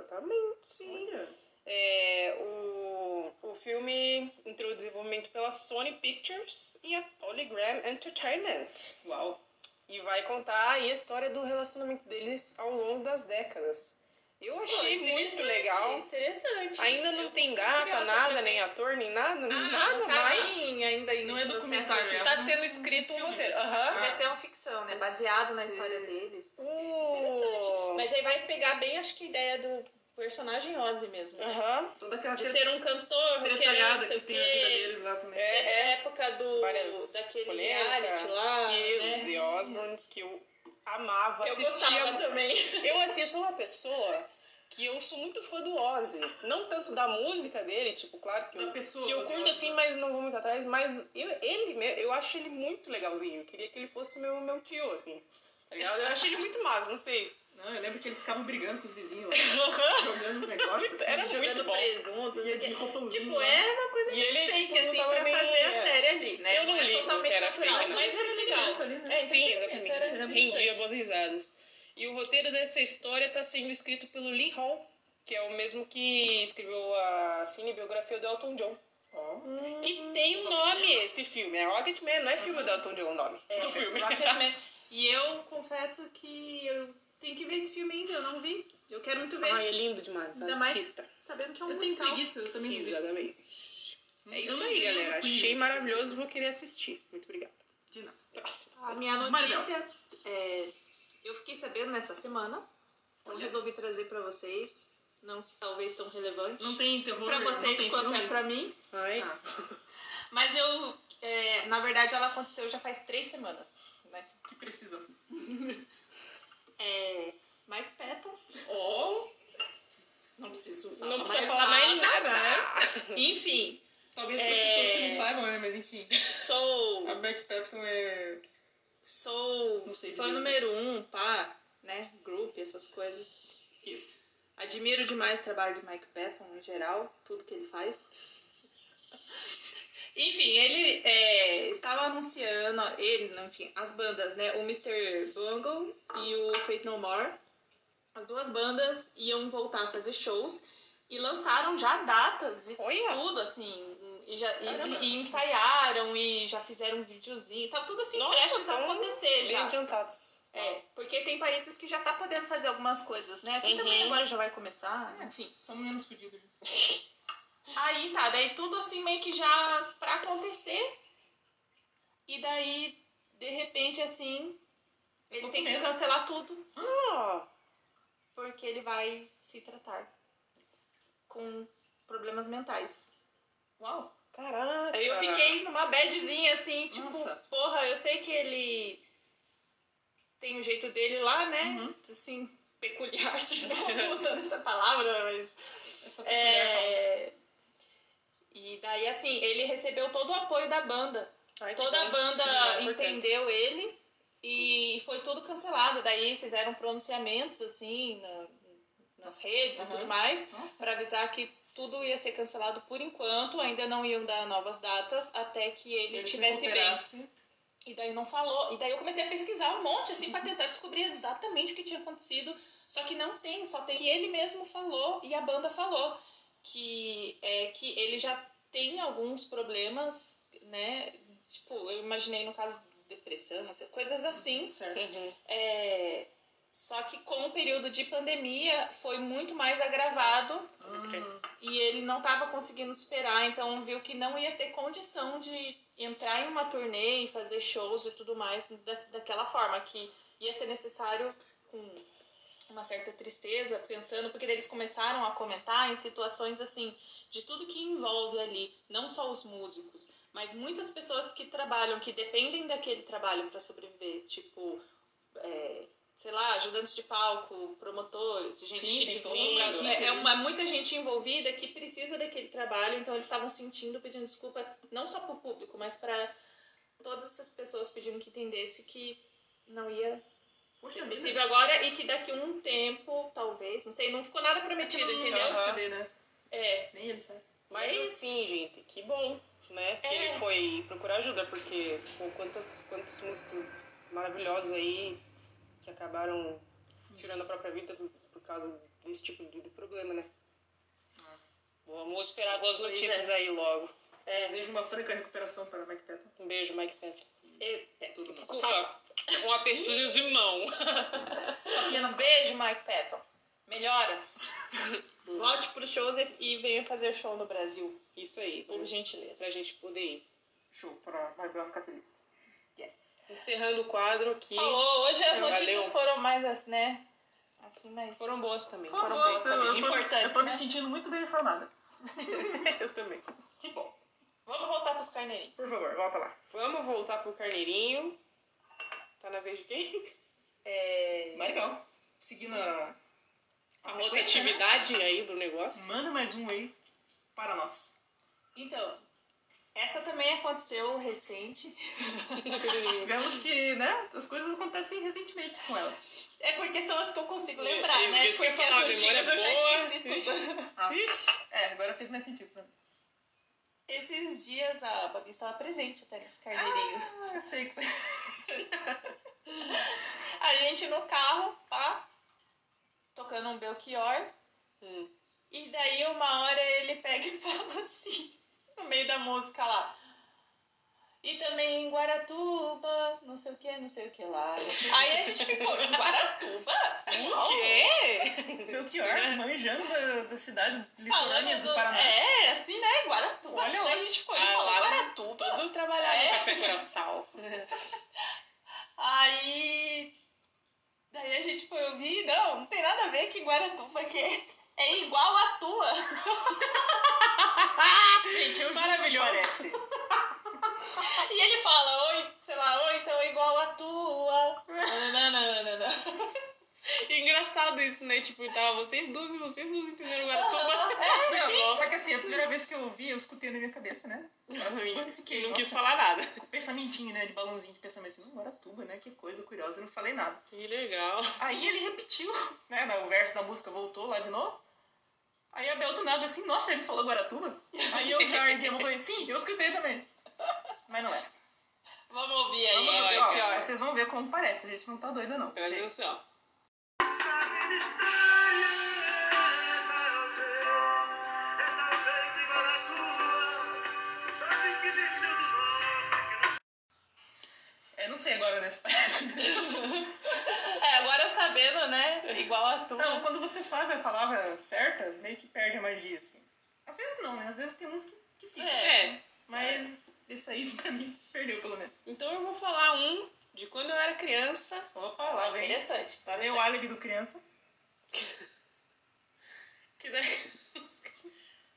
C: Exatamente.
B: Olha.
C: É, o, o filme entrou em desenvolvimento pela Sony Pictures e a PolyGram Entertainment.
B: Uau.
C: E vai contar aí a história do relacionamento deles ao longo das décadas. Eu achei
D: Pô,
C: muito
D: interessante,
C: legal.
D: Interessante.
C: Ainda
D: Eu
C: não
D: fiquei
C: tem gata,
D: curiosa
C: nada,
D: pra
C: nem
D: ver.
C: ator, nem nada,
D: Ah,
C: nada
D: não tá
C: mais.
D: nem ainda em
B: Não é
D: processo.
B: documentário, é.
C: Está sendo escrito o
B: Filme.
C: roteiro. Aham.
D: Vai ser uma ficção,
C: É
D: né? Baseado na história deles.
C: O-
D: Mas aí vai pegar bem, acho que a ideia do personagem Ozzy mesmo. né?
C: Aham.
B: Toda aquela
D: De
B: tre-
D: ser um cantor, roqueiro, não
B: tretalhada
D: sei
B: que
D: o
B: tem na vida
D: quê.
B: deles lá também.
C: É,
D: É,
C: é.
D: época do,
C: Várias
D: daquele
C: polêmica.
D: reality lá.
C: E os
D: né?
C: The Osbournes que eu amava,
D: Eu
C: assistia.
D: gostava também.
C: Eu, assim, eu sou uma pessoa que eu sou muito fã do Ozzy. Não tanto da música dele, tipo, claro que
B: Da
C: eu,
B: pessoa.
C: que eu
B: você
C: curto
B: gosta.
C: assim, mas não vou muito atrás. Mas eu, ele, me- eu acho ele muito legalzinho. Eu queria que ele fosse meu, meu tio, assim. tá ligado? Eu achei ele muito massa, não sei.
B: Não, eu lembro que eles ficavam brigando com os vizinhos lá, jogando os negócios. Assim,
C: Era
D: jogando
C: muito bom.
D: presunto. não sei
B: ia
D: o
B: é
D: quê.
B: de né? roupãozinho.
D: Tipo,
B: lá.
D: era uma coisa
C: E
D: meio
C: ele,
D: fake,
C: tipo, não
D: assim,
C: tava
D: pra
C: nem-
D: fazer a série ali, né?
C: Eu não
D: é
C: ligo que
D: totalmente
C: era
D: natural,
B: né?
C: fake, não.
D: mas era legal.
B: Ali, né?
D: É,
C: Sim,
D: entretenimento,
C: exatamente.
D: era
C: Rendia
D: interessante.
C: boas risadas. E o roteiro dessa história está sendo escrito pelo Lee Hall, que é o mesmo que escreveu a cinebiografia do Elton John.
B: Ó,
C: Que tem um nome esse filme, é Rocketman, não é filme do Elton John o nome
D: É,
C: do filme.
D: Rocketman. E eu confesso que eu tenho que ver esse filme ainda, eu não vi. Eu quero muito ver,
C: Ai, é lindo demais,
D: Ainda mais-
C: assista.
D: sabendo que é um
B: Eu tenho
D: musical.
B: preguiça, eu também vi.
C: Exatamente. É
B: Eu
C: isso
B: não
C: aí,
B: vi
C: galera.
B: Queen,
C: Achei
B: eu
C: maravilhoso, vou querer assistir. Muito obrigada.
B: De nada.
C: Próximo.
D: A minha
B: Maribel.
D: notícia, é, eu fiquei sabendo nessa semana, então
B: Olha.
D: resolvi trazer pra vocês, não talvez tão relevante
B: Não tem terror,
D: pra
B: não
D: vocês
B: tem
D: quanto
B: filme.
D: é pra mim.
C: Ai.
B: Ah,
D: Mas eu, é, na verdade, ela aconteceu já faz três semanas, né?
B: que precisa.
D: É, Mike Patton,
B: Ó,
D: não preciso falar,
C: Não precisa falar mais nada, né?
D: né? Enfim,
B: talvez
D: É.
B: para as pessoas que não saibam, né? Mas enfim, a
D: sou,
B: Beck Patton é...
D: sou
B: Não sei
D: fã
B: dizer.
D: número um, pá, né? Group, essas coisas.
B: Isso.
D: Admiro demais o trabalho de Mike Patton no geral, tudo que ele faz. Enfim, ele é, estava anunciando, ele, não, enfim, as bandas, né? O Mr. Bungle e o Fate No More. As duas bandas iam voltar a fazer shows e lançaram já datas de
C: Olha!
D: tudo, assim. E, já, e-
C: Caramba.
D: e ensaiaram e já fizeram um videozinho. Tá tudo assim,
C: Nossa,
D: prestes a
C: tão
D: acontecer
C: Bem
D: já.
C: adiantados.
D: É, porque tem países que já tá podendo fazer algumas coisas, né? Aqui
C: Uhum.
D: também agora já vai começar, enfim.
B: Estamos tá menos fodidos.
D: Aí tá, daí tudo assim meio que já pra acontecer. E daí, de repente, assim, ele
B: tô
D: tem
B: com
D: que
B: medo.
D: cancelar tudo
C: Ah,
D: porque ele vai se tratar com problemas mentais.
B: Uau.
C: caraca.
D: Aí eu fiquei numa badzinha assim, tipo,
B: Nossa.
D: porra, eu sei que ele tem o jeito dele lá, né?
B: Uhum.
D: Assim, peculiar, de novo usando essa palavra, mas
B: Essa é...
D: É... E daí, assim, ele recebeu todo o apoio da banda.
C: Ai, que
D: Toda a
C: bom.
D: banda
C: Ah, importante.
D: entendeu ele e foi tudo cancelado. Daí fizeram pronunciamentos, assim, na- nas redes e tudo
B: Aham.
D: mais,
B: Nossa.
D: para avisar que tudo ia ser cancelado por enquanto, ainda não iam dar novas datas até que ele,
B: Ele se
D: tivesse bem.
B: recuperasse.
D: E daí não falou. E daí eu comecei a pesquisar um monte, assim, pra tentar descobrir exatamente o que tinha acontecido. Só que não tem, só tem. que ele mesmo falou e a banda falou que é que ele já tem alguns problemas, né? Tipo, eu imaginei no caso depressão, não sei, coisas assim.
B: Certo.
C: Uhum.
D: É, só que com o período de pandemia foi muito mais agravado
B: Ah,
D: e ele não estava conseguindo superar, então viu que não ia ter condição de entrar em uma turnê e fazer shows e tudo mais da, daquela forma, que ia ser necessário com uma certa tristeza, pensando, porque daí eles começaram a comentar em situações assim, de tudo que envolve ali, não só os músicos, mas muitas pessoas que trabalham, que dependem daquele trabalho para sobreviver, tipo, é, sei lá, ajudantes de palco, promotores, gente
B: Sim,
D: que
B: tem toda
D: divulga,
B: uma equipe,
D: é, é
B: né?
D: uma, muita gente envolvida que precisa daquele trabalho, então eles estavam sentindo, pedindo desculpa, não só para o público, mas para todas essas pessoas pedindo que entendesse que não ia
B: Poxa, vida.
D: possível agora e que daqui um tempo, talvez, não sei, não ficou nada prometido,
B: Não
D: entendeu?
B: dá pra saber, né?
D: É,
B: Nem ele sabe.
C: Mas
D: É isso.
C: assim, gente, que bom, né? Que
D: É.
C: ele foi procurar ajuda, porque pô, quantos, quantos músicos maravilhosos aí que acabaram tirando a própria vida por, por causa desse tipo de, de problema, né? é. Vamos Ah, esperar boas
D: Pois
C: notícias aí logo.
B: Desejo uma franca recuperação para Mike Patton.
C: Um beijo, Mike Patrick.
D: é,
C: Tá
B: Tudo bom.
D: Tá.
C: Desculpa, um aperto de mão.
B: Tapinha nas
D: um beijo, Mike Patton. Melhoras.
C: Uhum.
D: Volte pros shows e, e venha fazer show no Brasil,
C: Isso aí, pra
D: por
C: gente,
D: gentileza.
C: pra gente poder ir.
B: Show, para Mike ficar feliz.
D: Yes.
C: Encerrando o quadro que
D: Falou, hoje as
C: Então,
D: notícias
C: valeu.
D: foram mais assim, né? Assim, mas.
C: foram boas também.
B: Por
D: bom,
B: favor, eu,
D: bom,
B: eu, tô, me-
D: importantes,
B: eu tô me
D: é né?
B: sentindo muito bem informada.
C: Eu também.
B: Que bom.
D: Vamos voltar pros carneirinhos.
B: Por favor, volta lá.
C: Vamos voltar pro carneirinho. Tá na vez de quem?
D: É...
B: Mas legal. Seguindo a,
C: A
B: sequência,
C: rotatividade aí do
B: né?
C: negócio.
B: Manda mais um aí para nós.
D: Então, essa também aconteceu recente.
C: Hum.
B: Digamos que, né, as coisas acontecem recentemente com ela.
D: É porque são as que eu consigo
C: Eu-
D: lembrar,
C: eu-
D: né?
C: É, isso que eu ia
D: Porque as
C: falar, a memória
D: antigas eu já
C: boa.
D: esqueci tudo.
C: Ah. Ixi,
B: É, agora fez mais sentido pra mim.
D: Esses dias a Babi estava presente até nesse carneirinho.
B: Ah, eu sei que você...
D: A gente no carro, pá, tocando um Belchior.
C: Hum.
D: E daí uma hora ele pega e fala assim, no meio da música lá. E também em Guaratuba, não sei o que, não sei o que lá. Aí a gente ficou, em Guaratuba?
C: o quê?
B: Belchior, manjando da, da cidade
D: Falando
B: litorâneas do,
D: do.
B: Paraná.
D: É, assim, né? Guaratuba.
C: Olha
D: Daí a gente ficou, ele
C: Ah,
D: falou
C: lá-
D: Guaratuba.
C: Todo trabalhado
D: É.
C: no Café Coração.
D: Aí. Daí a gente foi ouvir, não, não tem nada a ver que Guaratuba que é- é igual a tua.
B: Gente, eu
C: Maravilhoso.
B: Parece.
D: E ele fala, oi, sei lá, oi, então é igual a tua. Nananana.
C: Engraçado isso, né? Tipo, tá, vocês duas e vocês duas entenderam Guaratuba.
D: É,
B: Não,
C: sim.
B: só que assim, a primeira vez que eu ouvi, eu escutei na minha cabeça, né? Eu fiquei,
C: E não
B: nossa,
C: quis falar nada.
B: pensamentinho, né? De balãozinho de pensamento. Hum, Guaratuba, né? Que coisa curiosa. Eu não falei nada.
C: Que legal.
B: Aí ele repetiu, né? O verso da música voltou lá de novo. Aí a Bel do nada assim, nossa, ele falou Guaratuba? Aí eu já erguei a mão e falei, sim, eu escutei também. Mas não é.
D: Vamos ouvir aí,
B: Vamos ver,
D: vai,
B: ó,
D: É pior.
B: vocês vão ver como parece, a gente não tá doida não.
C: Presta
B: Gente,
C: atenção.
B: é, não sei agora, né? se parece.
D: É, agora sabendo, né? Igual a tua.
B: Não, Então, quando você sabe a palavra certa, meio que perde a magia, assim. Às vezes não, né? Às vezes tem uns que, que ficam. assim.
D: É.
C: É,
B: Mas isso aí pra mim perdeu, pelo menos.
C: então eu vou falar um de quando eu era criança.
B: Opa, lá vem.
D: Interessante.
B: Tá vendo o álibi do criança?
C: Que daí...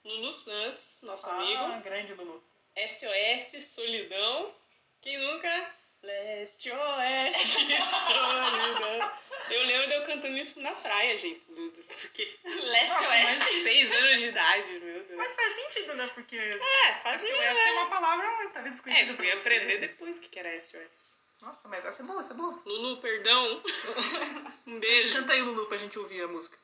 C: Lulu Santos, nosso amigo.
B: Ah, grande Lulu.
C: SOS Solidão. Quem nunca? Leste Oeste Solidão. Eu lembro de eu cantando isso na praia, gente. Porque
D: Leste
B: Nossa,
D: Oeste.
C: mais de seis anos de idade, meu Deus.
B: Mas faz sentido, né? Porque
C: É,
B: SOS
C: fazia.
B: é uma palavra talvez
C: É,
B: desconhecida.
C: eu fui
B: pra você.
C: aprender depois o que que era SOS.
B: Nossa, mas essa é boa, essa é boa.
C: Lulu, perdão. Um beijo.
B: Canta aí, Lulu, pra gente ouvir a música.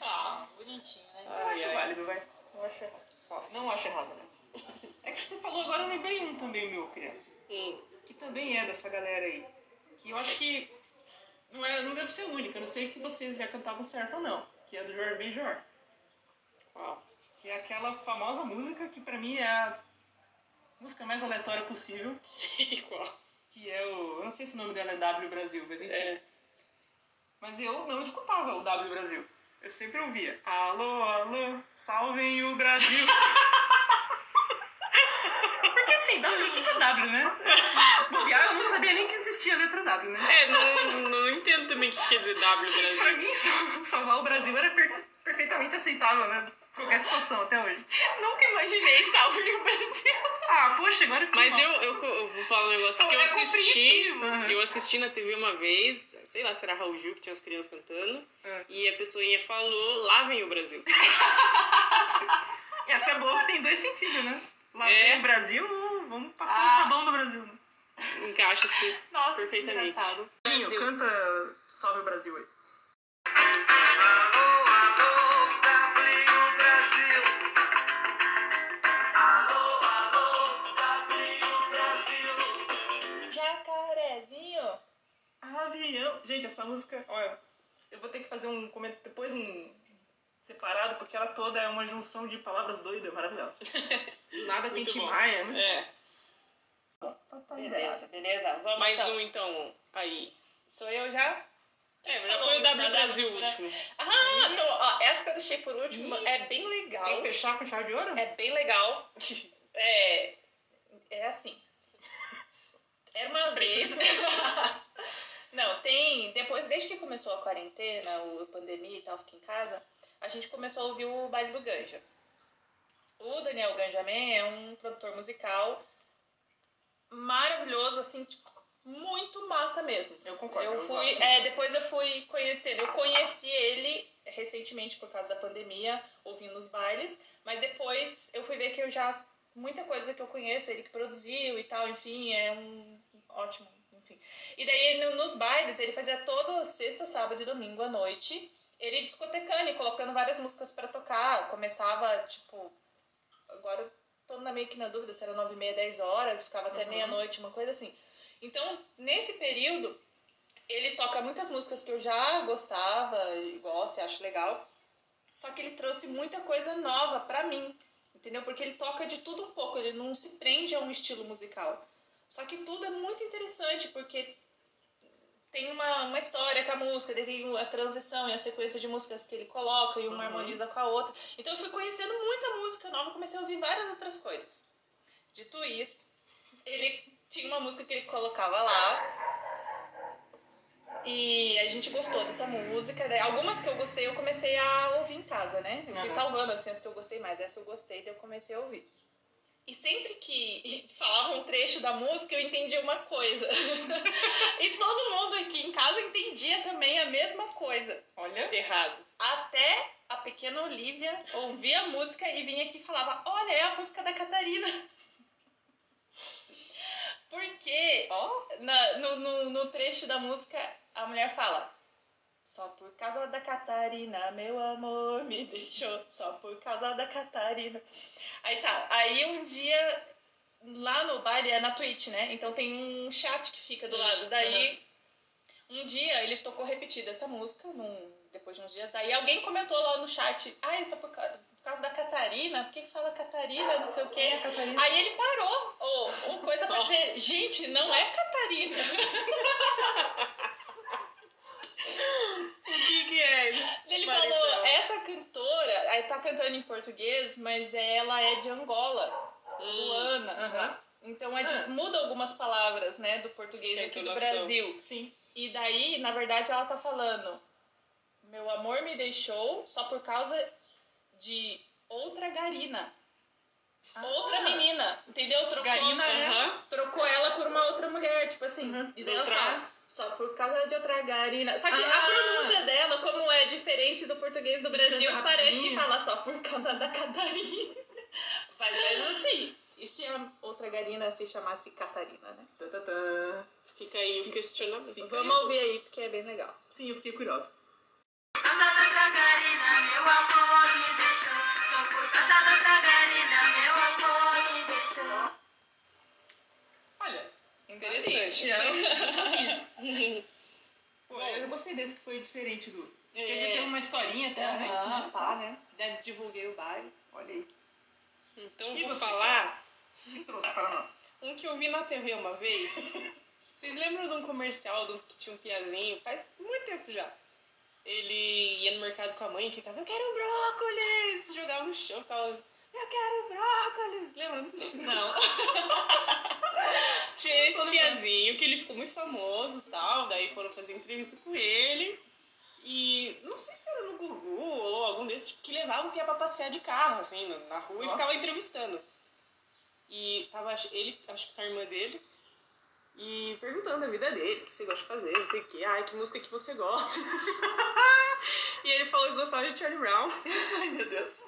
D: Ah, bonitinho, né?
B: Eu
C: Ai,
B: acho
C: ai.
B: válido, vai. Eu acho errado. Não acho errado, né? É que você falou agora, eu lembrei um também, meu, criança.
C: Hum,
B: Que também é dessa galera aí. Que eu acho que não, é, não deve ser única. eu Não sei que vocês já cantavam certo ou não. Que é do Jorge Benjor.
C: qual?
B: Que é aquela famosa música que pra mim é a música mais aleatória possível,
C: Sei qual.
B: que é o. Eu não sei se o nome dela é W Brasil, mas enfim.
C: É.
B: Mas eu não escutava o W Brasil. Eu sempre ouvia. Alô, alô, salvem o Brasil. Porque assim, W, o que que é W, né? Bobear, eu não sabia nem que existia a letra W, né?
C: É, não, não entendo também o que quer dizer W
B: Pra
C: Brasil.
B: mim, sal- salvar o Brasil era per- perfeitamente aceitável, né? Qualquer situação até hoje.
D: Nunca imaginei salvo no Brasil.
B: Ah, poxa, agora Então, eu fiquei
C: Mas eu, eu, co- eu vou falar um negócio que eu
D: É
C: assisti.
D: compreensível.
B: Aham.
C: Eu assisti na TV uma vez, sei lá, será Raul Gil que tinha as crianças cantando.
B: É.
C: E a pessoinha falou, lá vem o Brasil.
B: Essa é boa que tem dois sentidos, né? Lá
C: É.
B: vem o Brasil, vamos passar o
D: Ah.
B: sabão no Brasil. né?
C: Encaixa-se.
D: Nossa, que
C: Perfeitamente.
D: engraçado.
B: Dinho, canta Salve o Brasil aí.
D: Jacarezinho.
B: Avião. Gente, essa música, olha, eu vou ter que fazer um comentário depois um separado, porque ela toda é uma junção de palavras doidas, maravilhosa. Nada tem
C: Muito
B: Tim
C: bom.
B: Maia, né?
C: É.
B: Tá, tá liberado.
D: Beleza, beleza. Vamos
C: Mais
D: então.
C: um então aí.
D: Sou eu já?
C: É, mas já
D: Falou,
C: foi o W
D: já
C: Brasil tipo. o
D: dá-
C: último.
D: Ah, então, ó, essa que eu deixei por último é bem legal.
B: Tem que fechar com chave de ouro?
D: É bem legal. É, é assim. Era uma vez. Não, tem. Depois, desde que começou a quarentena, o- a pandemia e tal, fiquei em casa, a gente começou a ouvir o baile do Ganja. O Daniel Ganjamin é um produtor musical maravilhoso, assim, tipo, muito massa mesmo.
B: Eu concordo.
D: Eu fui,
B: gosto.
D: é, depois eu fui conhecendo, eu conheci ele recentemente por causa da pandemia, ouvindo os bailes, mas depois eu fui ver que eu já muita coisa que eu conheço, ele que produziu e tal, enfim, é um ótimo, enfim. E daí no- nos bailes ele fazia toda sexta, sábado e domingo à noite, ele discotecando e colocando várias músicas pra tocar, começava tipo agora eu tô na- meio que na dúvida se era nove e meia, dez horas, ficava até
B: Uhum.
D: meia-noite, uma coisa assim. Então, nesse período, ele toca muitas músicas que eu já gostava e gosto e acho legal. Só que ele trouxe muita coisa nova pra mim, entendeu? Porque ele toca de tudo um pouco, ele não se prende a um estilo musical. Só que tudo é muito interessante, porque tem uma, uma história com a música, daí tem a transição e a sequência de músicas que ele coloca, e uma
B: Uhum.
D: harmoniza com a outra. Então eu fui conhecendo muita música nova, comecei a ouvir várias outras coisas. Dito isso, ele tinha uma música que ele colocava lá. E a gente gostou dessa música. daí Algumas que eu gostei eu comecei a ouvir em casa, né? Eu fui
B: Aham.
D: salvando assim, as que eu gostei mais. Essa eu gostei, daí eu comecei a ouvir. E sempre que falavam um trecho da música, eu entendia uma coisa. e todo mundo aqui em casa entendia também a mesma coisa.
B: Olha,
C: Errado.
D: Até a pequena Olivia ouvia a música e vinha aqui e falava: Olha, é a música da Catarina. Porque
B: ó,
D: na- no, no, no trecho da música a mulher fala: Só por causa da Catarina, meu amor me deixou. Só por causa da Catarina. Aí tá, aí um dia lá no baile é na Twitch, né? Então tem um chat que fica do
C: Hum,
D: lado. Daí um dia ele tocou repetida essa música, num- depois de uns dias. Aí alguém comentou lá no chat: Ah, isso é por causa, por causa da Catarina? Por que que fala Catarina? Não sei o quê.
B: quem é a Catarina?
D: Aí ele parou, ou ou coisa pra
C: Nossa.
D: dizer, gente, não é Catarina.
C: O que que é isso?
D: Ele
C: Marizão.
D: falou, essa cantora, aí tá cantando em português, mas ela é de Angola,
C: Hum,
D: Luana.
B: aham.
D: Então é de-
B: Ah.
D: muda algumas palavras, né, do português
C: Tem
D: aqui do
C: entonação.
D: Brasil.
B: Sim.
D: E daí, na verdade, ela tá falando, meu amor me deixou só por causa de outra garina.
B: Ah.
D: Outra menina, entendeu? Trocou,
B: Garina é-
C: Aham.
D: trocou ela por uma outra mulher, tipo assim.
B: Uhum.
D: E daí ela
C: Outra-
D: fala, só por causa de outra garina. Só que a
B: Ah!
D: pronúncia dela, como é diferente do português do Brasil,
B: canta
D: parece que
B: rapidinho.
D: fala só por causa da Catarina. Mas mesmo assim, e se a outra garina se chamasse Catarina, né?
B: Tá, tá, tá.
C: Fica aí o questionamento.
B: Fica
D: Vamos ouvir aí, porque é bem legal.
B: Sim, eu fiquei curiosa. Olha,
C: Interessante.
B: pô, eu gostei desse que foi diferente do. Teve,
D: É,
B: teve uma historinha até antes,
D: aham,
B: né?
D: pá, né? Já divulguei o baile.
B: Olha aí.
C: Então
B: E
C: vou
B: você?
C: falar
B: que trouxe para nós?
C: Um que eu vi na TV uma vez. Vocês lembram de um comercial de um que tinha um piazinho? Faz muito tempo já. Ele ia no mercado com a mãe e ficava, eu quero um brócolis! Jogava no chão, ficava, eu quero um brócolis! Lembra?
D: Não.
C: Tinha esse piazinho que ele ficou muito famoso e tal. Daí foram fazer entrevista com ele. E não sei se era no Gugu ou algum desses que levava o Pia pra passear de carro, assim, no- na rua e
B: Nossa.
C: ficava entrevistando. E tava ach- ele, acho que com a irmã dele, e perguntando a vida dele, o que você gosta de fazer, não sei o que, ai, que música que você gosta. e ele falou que gostava de Charlie Brown.
D: Ai, meu Deus.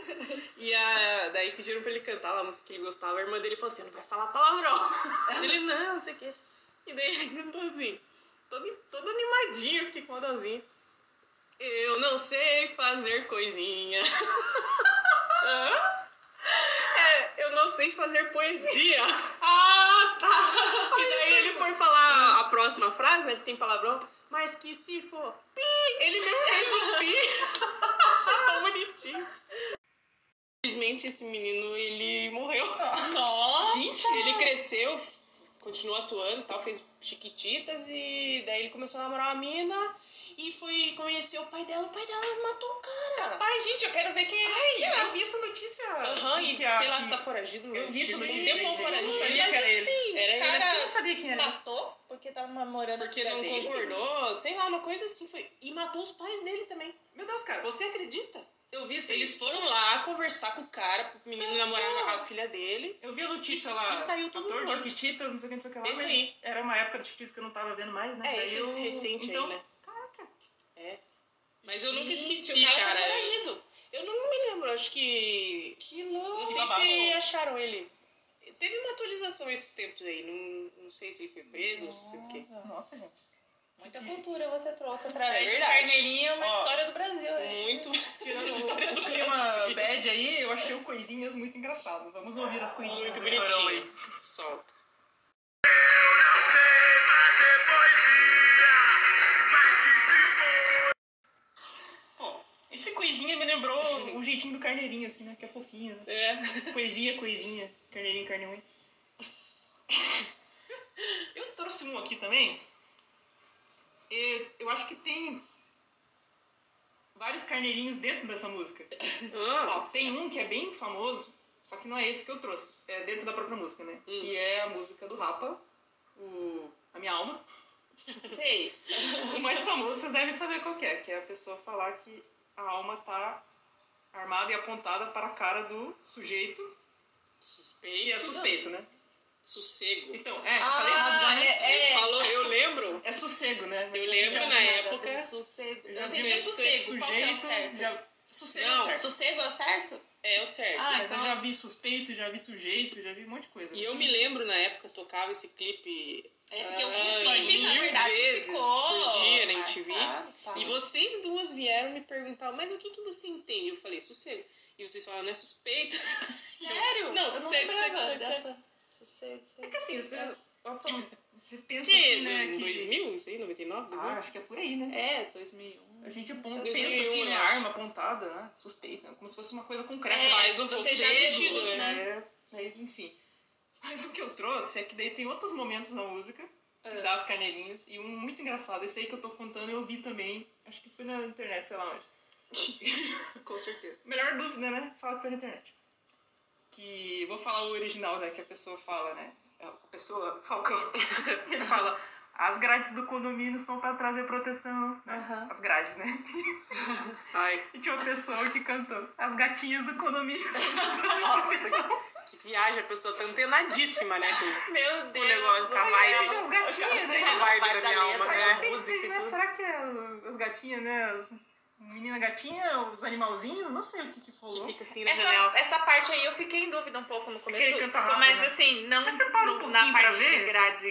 C: E a- daí pediram pra ele cantar lá a música que ele gostava. A irmã dele falou assim: não vai falar palavrão. ele, não, não sei o quê. E daí ele cantou assim, todo, todo animadinho, eu fiquei com uma dozinha. Eu não sei fazer coisinha. É, eu não sei fazer poesia. ah, tá. E daí ele foi falar a próxima frase, né, que tem palavrão. Mas que se for pi, ele nem fez o pi. Achei tão bonitinho. Infelizmente, esse menino, ele morreu.
D: Ah. Nossa!
C: Gente, ele cresceu, continuou atuando e tal, fez chiquititas e daí ele começou a namorar uma mina e foi conhecer o pai dela. O pai dela matou o cara.
D: Pai, gente, eu quero ver quem é esse.
B: Eu vi essa notícia.
C: Aham, e
B: que a-
C: sei lá
B: que-
C: se tá foragido.
B: Eu vi essa
C: Tipo,
B: notícia.
C: Tem um
B: aí, gente. Eu
C: foragido.
B: não sabia que era ele.
D: Sim,
C: Era ele.
D: cara
B: Eu não sabia quem era ele.
D: matou porque tava namorando
C: É. Porque
D: a filha
C: não
D: dele.
C: concordou, sei lá, uma coisa assim. Foi... E matou os pais dele também.
B: Meu Deus, cara.
C: Você acredita?
B: Eu vi isso. aí.
C: Eles foram lá conversar com o cara, pro menino namorar a filha dele.
B: Eu vi a notícia lá.
C: E saiu tudo
B: Ator de
C: morto.
B: Chiquititas, não sei o que, não sei o que lá.
C: Esse
B: mas
C: aí.
B: Era uma época de Chiquititas que eu não tava vendo mais, né?
C: É,
B: Daí
C: esse
B: eu-
C: recente
B: então,
C: aí, né? É.
B: Caraca.
C: Mas eu nunca
D: Gente,
C: esqueci,
D: o cara.
C: cara.
D: Tá foragido.
C: Eu não me lembro, acho que.
D: Que
C: Não
D: louco.
C: sei
B: babado.
C: se acharam ele. Teve uma atualização esses tempos aí, não, não sei se ele foi preso, não sei o quê.
D: Nossa,
B: Nossa, gente.
D: Muita cultura você trouxe através
C: É
D: de
C: verdade.
D: carneirinha, uma
B: Ó,
D: história do Brasil. hein?
C: Muito.
B: Tirando
C: a história do é
B: o clima
C: Brasil.
B: bad aí, eu achei o coisinhas muito engraçado. Vamos ouvir as coisinhas
C: Muito
B: do chorão aí.
C: bonitinho. Solta.
B: Ó, esse coisinha me lembrou o jeitinho do carneirinho, assim, né? Que é fofinho, né?
C: É.
B: Coisinha, coisinha. Carneirinho, carneirinho. Eu trouxe um aqui também. E eu acho que tem vários carneirinhos dentro dessa música. Ó,
C: Ah,
B: tem um que é bem famoso, só que não é esse que eu trouxe. É dentro da própria música, né?
C: Hum.
B: Que é a música do Rapa, o... A Minha Alma.
D: Sei.
B: O mais famoso, vocês devem saber qual que é, que é a pessoa falar que a alma tá armada e apontada para a cara do sujeito
C: suspeito.
B: que é suspeito, né?
C: Sossego.
B: Então, é, falei errado já, né?
D: Ah, é, é.
C: Falou, eu lembro.
B: É sossego, né? Mas
C: Eu
B: já
C: lembro
B: vi
C: na
B: um-
C: época-
D: Sossego.
B: Eu já
D: Eu
B: vi
D: tenho
B: um
D: que sossego. Qual que é o
B: sujeito,
D: certo?
B: já... Sossego
C: Não,
B: é certo.
D: Sossego é o certo?
C: É o certo.
D: Ah,
B: Mas eu
D: então-
B: já vi suspeito, já vi sujeito, já vi um monte de coisa.
C: E eu me lembro na época, tocava esse clipe
D: É porque o
C: Ah,
D: clipe, na
C: mil
D: verdade,
C: vezes
D: ficou.
C: por dia
D: marcado,
C: na MTV.
D: tá.
C: E vocês duas vieram me perguntar, mas o que, que você entende? Eu falei, sossego. E vocês falaram, não é suspeito.
D: Sério?
C: Não,
D: Eu
C: sossego,
D: lembrava
C: sossego, sossego.
D: dessa. Sossego,
B: É
D: sossego.
B: que assim, você, você pensa
C: Que
B: assim, né?
C: em
B: Que...
C: 2000, sei, 99?
B: Ah, acho que é por aí, né?
D: É, 2001.
B: A gente aponta,
C: Eu
B: pensa
C: tenho
B: assim,
C: um,
B: né?
C: eu
B: Arma apontada, né? Suspeita. Como se fosse uma coisa concreta.
C: É, Faz um
D: você já
C: sossego,
D: deduz,
C: né?
D: né?
B: É, daí, enfim. Mas o que eu trouxe é que daí tem outros momentos na música que
C: É.
D: Ah.
B: dá os carneirinhos. E um muito engraçado. Esse aí que eu tô contando eu vi também. Acho que foi na internet, sei lá onde.
C: Com certeza.
B: Melhor dúvida, né? Fala pela internet. Que vou falar o original, né? Que a pessoa fala, né? A pessoa, Falcão, ele fala: As grades do condomínio são pra trazer proteção. né?
D: Aham.
B: As grades, né?
C: Ai,
B: E tinha uma pessoa que cantou: As gatinhas do condomínio são pra trazer proteção.
C: que viagem, a pessoa tá antenadíssima, né? Com
D: Meu
C: o negócio
D: tá
C: com a vibe.
B: Tinha as gatinhas, né?
C: A vibe da
D: Vai
C: minha
D: dar
C: alma,
D: letra,
B: Aí eu
C: né?
B: pensei, né?
D: assim.
B: Será que é as gatinhas, né? As menina gatinha, os animalzinhos? Não sei o que que
C: Que
B: falou.
C: fica assim na janela.
D: Essa, essa parte aí eu fiquei em dúvida um pouco no começo.
B: Porque ele canta rápido,
D: mas
B: né?
D: assim, não
B: Mas você para um
D: no-
B: pouquinho
D: na
B: pra
D: parte
B: ver?
D: de grades e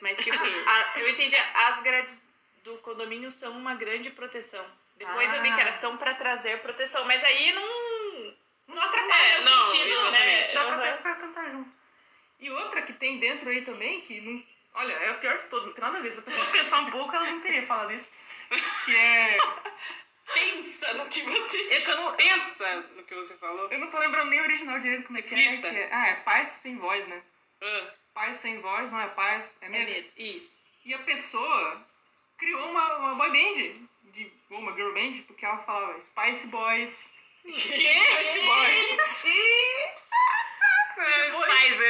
D: mas tipo, a- eu entendi, as grades do condomínio são uma grande proteção. Depois eu vi
B: Ah.
D: que elas são pra trazer proteção, mas aí não, não atrapalha
C: É,
D: o
C: não,
D: sentido,
C: exatamente.
D: né?
B: Dá pra até
D: Aham.
B: ficar cantar junto. E outra que tem dentro aí também, que não. Olha, é a pior de todas, não tem nada a ver. Se a pessoa pensar um pouco, ela não teria falado isso. Que é.
D: Pensa no que você
B: É que eu não,
C: Pensa no que você falou. Ah,
B: eu não tô lembrando nem o original direito como é que é,
C: Frita.
B: que é. Ah, é paz sem voz, né?
C: Ah,
B: Paz sem voz, não é paz, é
D: É
B: medo.
D: medo. Isso.
B: E a pessoa criou uma, uma boy band, de, ou uma girl band, porque ela falava Spice Boys.
C: é
B: É, tipo, Spice Boys.
C: os pais, né?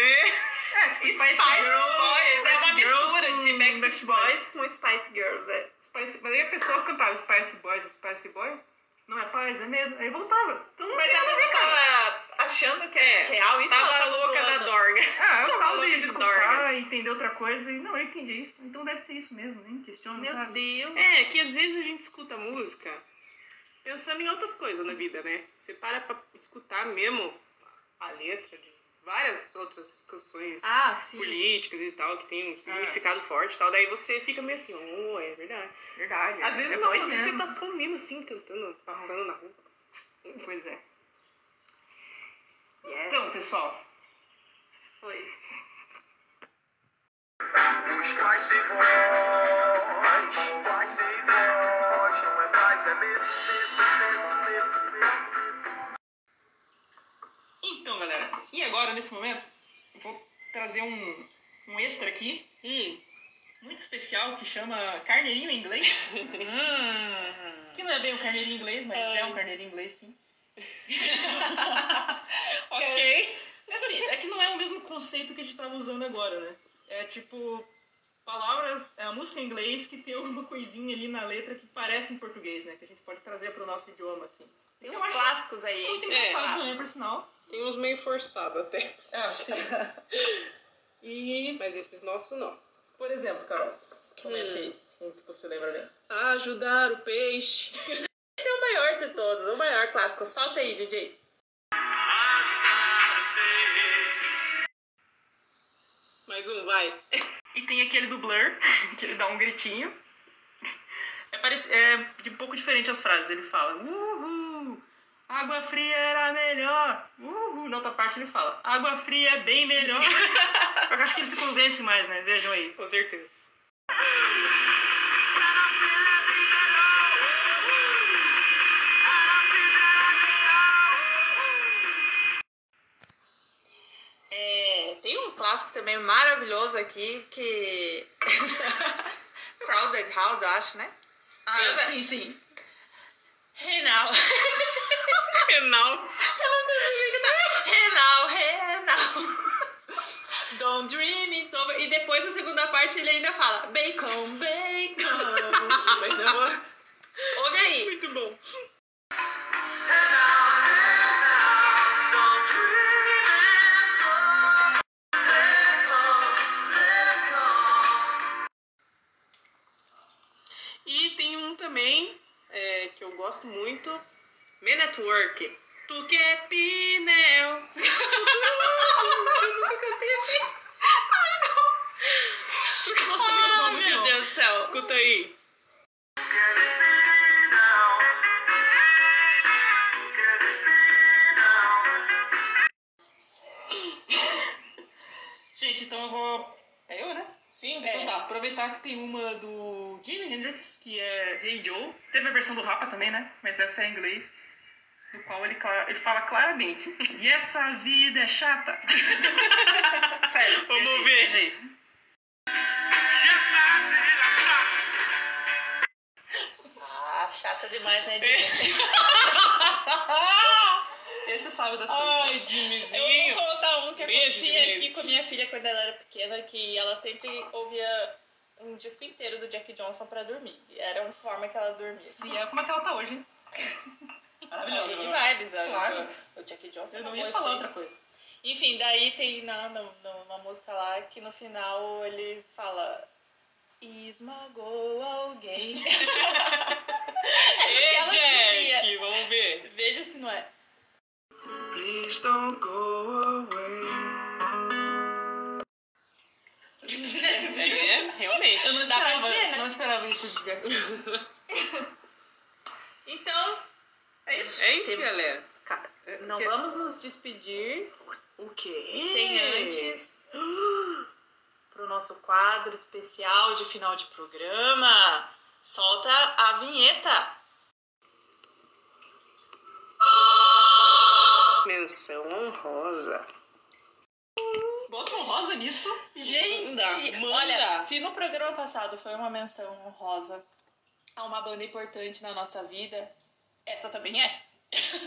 B: É, tipo, Spice,
D: Spice
B: Girls.
D: Boys, é uma
B: Spice Girls
D: mistura de
B: com
D: Backstreet Boys com Spice Girls, é.
B: Spice, mas aí a pessoa cantava Spice Boys, Spice Boys, não é paz, é medo, aí voltava. Então não
D: Mas
B: tem nada
D: ela
B: a ver, cara.
D: ficava achando que é,
C: É,
D: real isso ela
C: Tava
D: tava
C: louca da
D: zoando.
C: dorga.
B: Ah, é
D: Só
B: o tal
D: falou
B: de
D: de
B: desculpar,
D: dorgas.
B: entender outra coisa e não, eu entendi isso. Então deve ser isso mesmo, nem questiono,
D: Meu
B: sabe?
D: Deus.
C: É, que às vezes a gente escuta música pensando em outras coisas na vida, né? Você para pra escutar mesmo a letra de várias outras canções
D: Ah, sim.
C: políticas e tal, que tem um significado forte e tal, daí você fica meio assim, oh, é verdade.
B: Verdade.
C: Às
B: é-
C: vezes
B: é
C: não,
B: voz
C: às vezes você
B: mesmo.
C: tá sumindo assim, cantando, passando na rua.
B: Pois é.
D: Yes.
B: Então, pessoal,
D: Foi.
A: Os pais sem voz, pais sem voz, não é paz, é medo, medo, medo, medo, medo.
B: então, galera, e agora, nesse momento, eu vou trazer um, um extra aqui,
C: Hum,
B: muito especial, que chama Carneirinho em Inglês.
D: Hum.
B: Que não é bem um carneirinho inglês, mas
C: Ai.
B: é um carneirinho inglês, sim.
C: ok.
B: Assim, é que não é o mesmo conceito que a gente tava usando agora, né? É tipo palavras, é a música em inglês que tem alguma coisinha ali na letra que parece em português, né? Que a gente pode trazer pro nosso idioma, assim.
D: Tem
B: Eu
D: uns
B: acho-
D: clássicos aí.
B: Muito
D: hein?
B: engraçado
D: É.
B: também, por sinal.
C: Tem uns meio forçados até.
B: É, assim. E,
C: Mas esses nossos não.
B: por exemplo, Carol, comece aí. Um que você lembra bem.
C: Ajudar o peixe.
D: Esse é o maior de todos, o maior clássico. Solta aí, DJ.
C: Mais um, vai.
B: E tem aquele do Blur, que ele dá um gritinho. É, parec- é de um pouco diferente as frases. Ele fala, uhul, água fria era melhor. Uhul, na outra parte ele fala, água fria é bem melhor. Eu acho que ele se convence mais, né? Vejam aí.
C: Com certeza.
D: É, tem um clássico também maravilhoso aqui que. Crowded House, eu acho, né? Ah,
B: sim, sim.
D: Renal.
C: Penal.
D: tá- Renal, Renal. Don't dream it's over. E depois na segunda parte ele ainda fala bacon, bacon. Mas não- Ouve aí.
C: Muito bom. E tem um também é, que eu gosto muito, Me Network. Tu que é pneu. eu nunca cantei assim.
B: Nossa,
D: Ah,
B: muito bom, muito
D: meu
B: bom.
D: Deus do céu.
C: Escuta aí.
B: Gente, então eu vou... É eu, né?
C: Sim,
B: Então tá, aproveitar que tem uma do Jimi Hendrix, que é Hey Joe. Teve a versão do Rapa também, né? Mas essa é em inglês, no qual ele, clara- ele fala claramente. E essa vida é chata. Sério.
C: Vamos
B: veja aí,
C: ver.
B: veja aí.
D: Ah, chata demais, né,
C: Esse-
D: Didi?
B: Esse sabe das coisas.
C: Ai,
D: Eu
C: Jimizinho.
D: vou contar um que
C: Beijo,
D: acontecia
C: gente.
D: aqui com a minha filha quando ela era pequena, que ela sempre ouvia um disco inteiro do Jack Johnson pra dormir. E Era uma forma que ela dormia.
B: E é como é que ela tá hoje, hein?
D: Maravilhoso.
B: Maravilhosa.
D: de vibes, né?
B: Claro.
D: O Jack Johnson
B: Eu
D: é
B: não
D: uma
B: ia
D: boa
B: falar
D: influência.
B: outra coisa.
D: Enfim, daí tem na, na, numa música lá que no final ele fala esmagou alguém.
C: Ei,
D: ela
C: Jack, vamos ver.
D: Veja se não é.
A: Please don't go away.
C: É, realmente.
B: Eu não
D: Dá pra
B: esperava,
D: dizer, né?
B: não esperava isso de Jack.
D: Então, é isso.
C: É isso, galera.
D: Não
C: Que-
D: vamos nos despedir
C: O quê?
D: sem antes pro nosso quadro especial de final de programa. Solta a vinheta.
C: menção honrosa.
B: Bota um rosa nisso. Tá,
D: Gente,
C: Manda,
D: olha,
C: manda.
D: se no programa passado foi uma menção honrosa a uma banda importante na nossa vida, essa também é.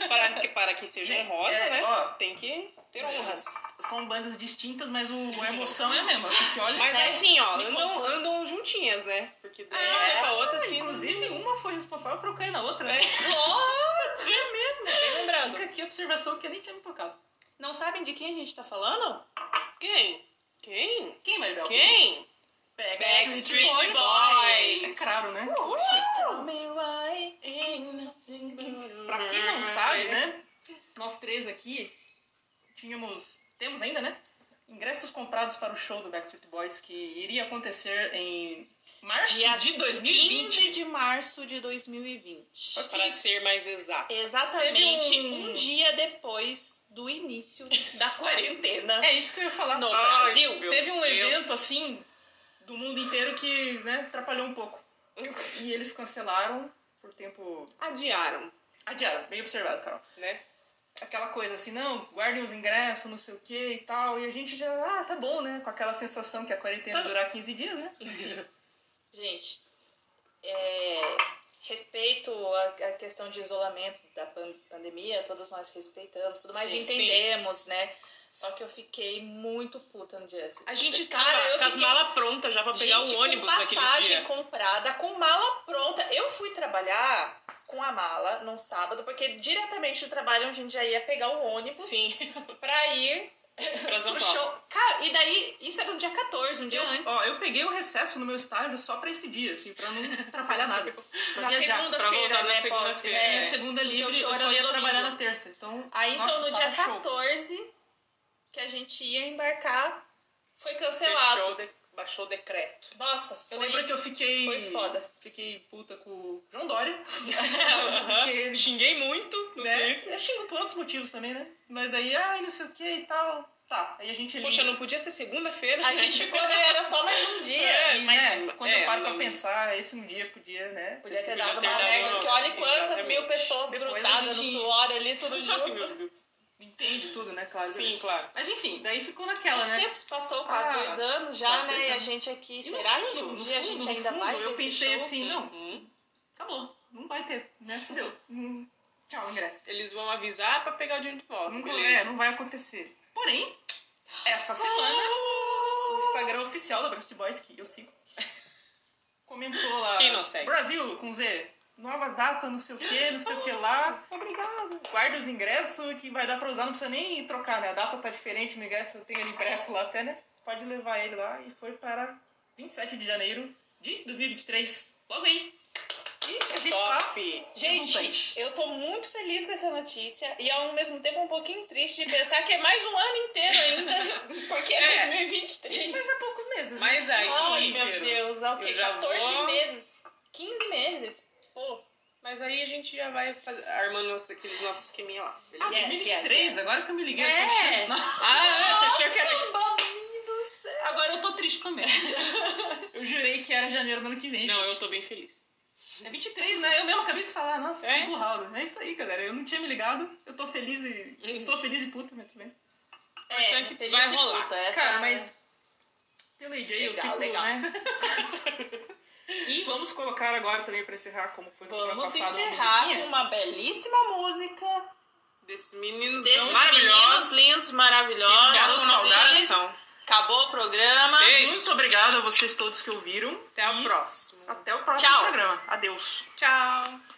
C: Para que, para que seja
B: Gente,
C: honrosa,
B: é,
C: né?
B: ó, É.
C: Tem que ter honras.
B: São bandas distintas, mas o- a emoção é a mesma. Porque olha,
C: Mas
B: né?
C: assim, ó,
B: me
C: andam,
B: contou.
C: andam juntinhas, né? Porque daí
B: Ah,
C: uma
B: é.
C: pra outra, assim.
B: Inclusive, uma foi responsável por eu cair na outra.
C: É.
B: É mesmo.
C: Bem lembrado.
B: Fica aqui a observação que eu nem tinha me tocado.
D: Não sabem de quem a gente tá falando?
C: Quem? Quem?
B: Quem, Maribel?
C: Quem? Backstreet Boys.
B: É claro, né?
D: Tell me why ain't nothing but-
B: Pra quem não sabe, né? Nós três aqui tínhamos. Temos ainda, né? Ingressos comprados para o show do Backstreet Boys que iria acontecer em março
D: Dia
B: de
D: 15
B: 2020.
D: de março de 2020.
C: Pra ser mais exato.
D: Exatamente
B: Teve um-
D: um dia depois do início da quarentena.
B: É isso que eu ia falar.
D: No
C: Ai,
D: Brasil,
C: meu
B: Teve um
C: Deus.
B: evento assim do mundo inteiro que né, atrapalhou um pouco. E eles cancelaram por tempo.
C: Adiaram,
B: Adiaram, bem observado, Carol.
C: né?
B: Aquela coisa assim, não, guardem os ingressos, não sei o que e tal. E a gente já, ah, tá bom, né? Com aquela sensação que a quarentena
C: Tá.
B: ia durar 15 dias, né?
D: Gente, é, respeito a, a questão de isolamento da pan- pandemia, todos nós respeitamos, tudo mais
C: Sim,
D: entendemos, né? Só que eu fiquei muito puta no dia.
C: A
B: Tipo,
C: gente tava
D: Cara, eu
C: com as
D: fiquei-
C: malas prontas já pra pegar
B: um
D: Gente, um
C: o ônibus
D: com
C: naquele
D: passagem
C: dia.
D: comprada, com mala pronta. Eu fui trabalhar com a mala num sábado, porque diretamente do trabalho a gente já ia pegar o ônibus
C: Sim,
D: pra ir
C: pra São
D: pro
C: Paulo.
D: show. Cara, e daí, isso era um dia 14, um dia
B: Eu,
D: antes.
B: ó, eu peguei o recesso no meu estágio só pra esse dia, assim, pra não atrapalhar nada. Pra
D: Na
B: viajar.
D: segunda-feira,
C: voltar na
D: né,
C: segunda-feira.
D: posse,
B: Eu
D: né?
B: tinha segunda livre,
D: show
B: eu
D: era
B: só
D: no
B: ia
D: domingo.
B: trabalhar na terça. Então,
D: Aí então
B: nossa,
D: no dia
B: tava show.
D: 14, que a gente ia embarcar, foi cancelado.
C: Fechou, de- baixou o decreto.
D: Nossa,
B: Eu
D: foi,
B: lembro que eu fiquei.
D: foi foda.
B: Fiquei puta com o João Dória.
C: Aham.
B: porque ele
C: Xinguei muito no
B: né?
C: clipe.
B: Eu xingo por outros motivos também, né? Mas daí, ai, não sei o que e tal. Tá, aí a gente ali-
C: Poxa, não podia ser segunda-feira?
D: A gente ficou, né? Era só mais um dia.
C: É,
B: E,
C: mas-
B: né, quando
C: é,
B: eu paro
C: não-
B: pra pensar, esse um dia podia, né?
D: Podia ter
B: sido
D: dado
C: ter
D: uma
C: dado
D: merda,
C: uma-
D: porque olha quantas mil
C: Exatamente.
D: pessoas
B: Depois a
D: grudadas
B: gente-
D: no suor ali, tudo
C: Ai,
D: junto.
C: meu Deus.
B: Entende tudo, né, claro.
C: Sim, claro.
B: Mas enfim, daí ficou naquela,
D: Os
B: né?
D: tempos passou quase
B: Ah,
D: dois anos já,
B: quase
D: né?
B: dois
D: E a
B: anos.
D: gente aqui,
B: no
D: será que
B: fundo,
D: um
B: no
D: dia a
B: fundo,
D: gente
B: no
D: ainda
B: fundo,
D: vai
B: eu
D: desse
B: pensei
D: show?
B: assim, não,
C: Uhum.
B: acabou. Não vai ter, né? Fudeu. Hum, tchau, ingresso.
C: Eles vão avisar pra pegar o dinheiro de volta.
B: Não, é,
C: beleza.
B: não vai acontecer. Porém, essa semana, o Instagram oficial da Backstreet Boys, que eu sigo, comentou lá.
C: Quem não segue?
B: Brasil, com Z. Nova data, não sei o que, não sei o que lá.
C: Obrigada.
B: Guarda os ingressos que vai dar pra usar, não precisa nem trocar, né? A data tá diferente no ingresso, eu tenho ele impresso lá até, né? Pode levar ele lá e foi para 27 de janeiro de 2023. Logo aí. E a gente tá.
C: Top.
D: Gente, eu tô muito feliz com essa notícia e ao mesmo tempo um pouquinho triste de pensar que é mais um ano inteiro ainda, porque
C: É.
D: é 2023.
B: Mas há poucos meses. né?
C: Mas aí,
D: Ai, meu
C: Ícaro,
D: Deus, há o quê?
C: eu já
D: 14
C: vou-
D: meses, 15 meses. Pô,
C: Mas aí a gente já vai faz- armando nosso- aqueles nossos esqueminha lá.
B: Ah,
D: Yes,
B: 2023,
D: yes, yes.
B: agora que eu me liguei,
D: É.
B: eu tô achando- Não,
C: Ah, você achou que era.
B: Agora eu tô triste também. Eu jurei que era janeiro do ano que vem.
C: Não,
B: gente.
C: eu tô bem feliz.
B: É 23, né? Eu mesmo acabei de falar, nossa,
C: É?
B: que burraldo. É isso aí, galera. Eu não tinha me ligado. Eu tô feliz e. Estou feliz e puta, mas Tipo, tudo bem.
D: é,
C: Importante,
D: feliz
C: vai
D: e
C: rolar.
D: puta, essa
B: Cara, mas. Pelo AJ, eu
D: Legal,
B: fico,
D: legal.
B: né? e vamos colocar agora também pra encerrar, como foi no programa
D: Vamos
B: passado. uma
D: encerrar com
B: musiquinha.
D: uma belíssima música
C: Desses meninos tão
D: desses meninos
C: maravilhosos.
D: lindos,
C: que
D: maravilhosos.
C: ficaram com nossa
D: Vocês-
C: oração.
D: Acabou o programa.
C: Beijo.
B: Muito obrigada a vocês todos que ouviram.
C: Até o
B: E
C: próximo.
B: Até o próximo
D: Tchau.
B: programa. Adeus.
C: Tchau.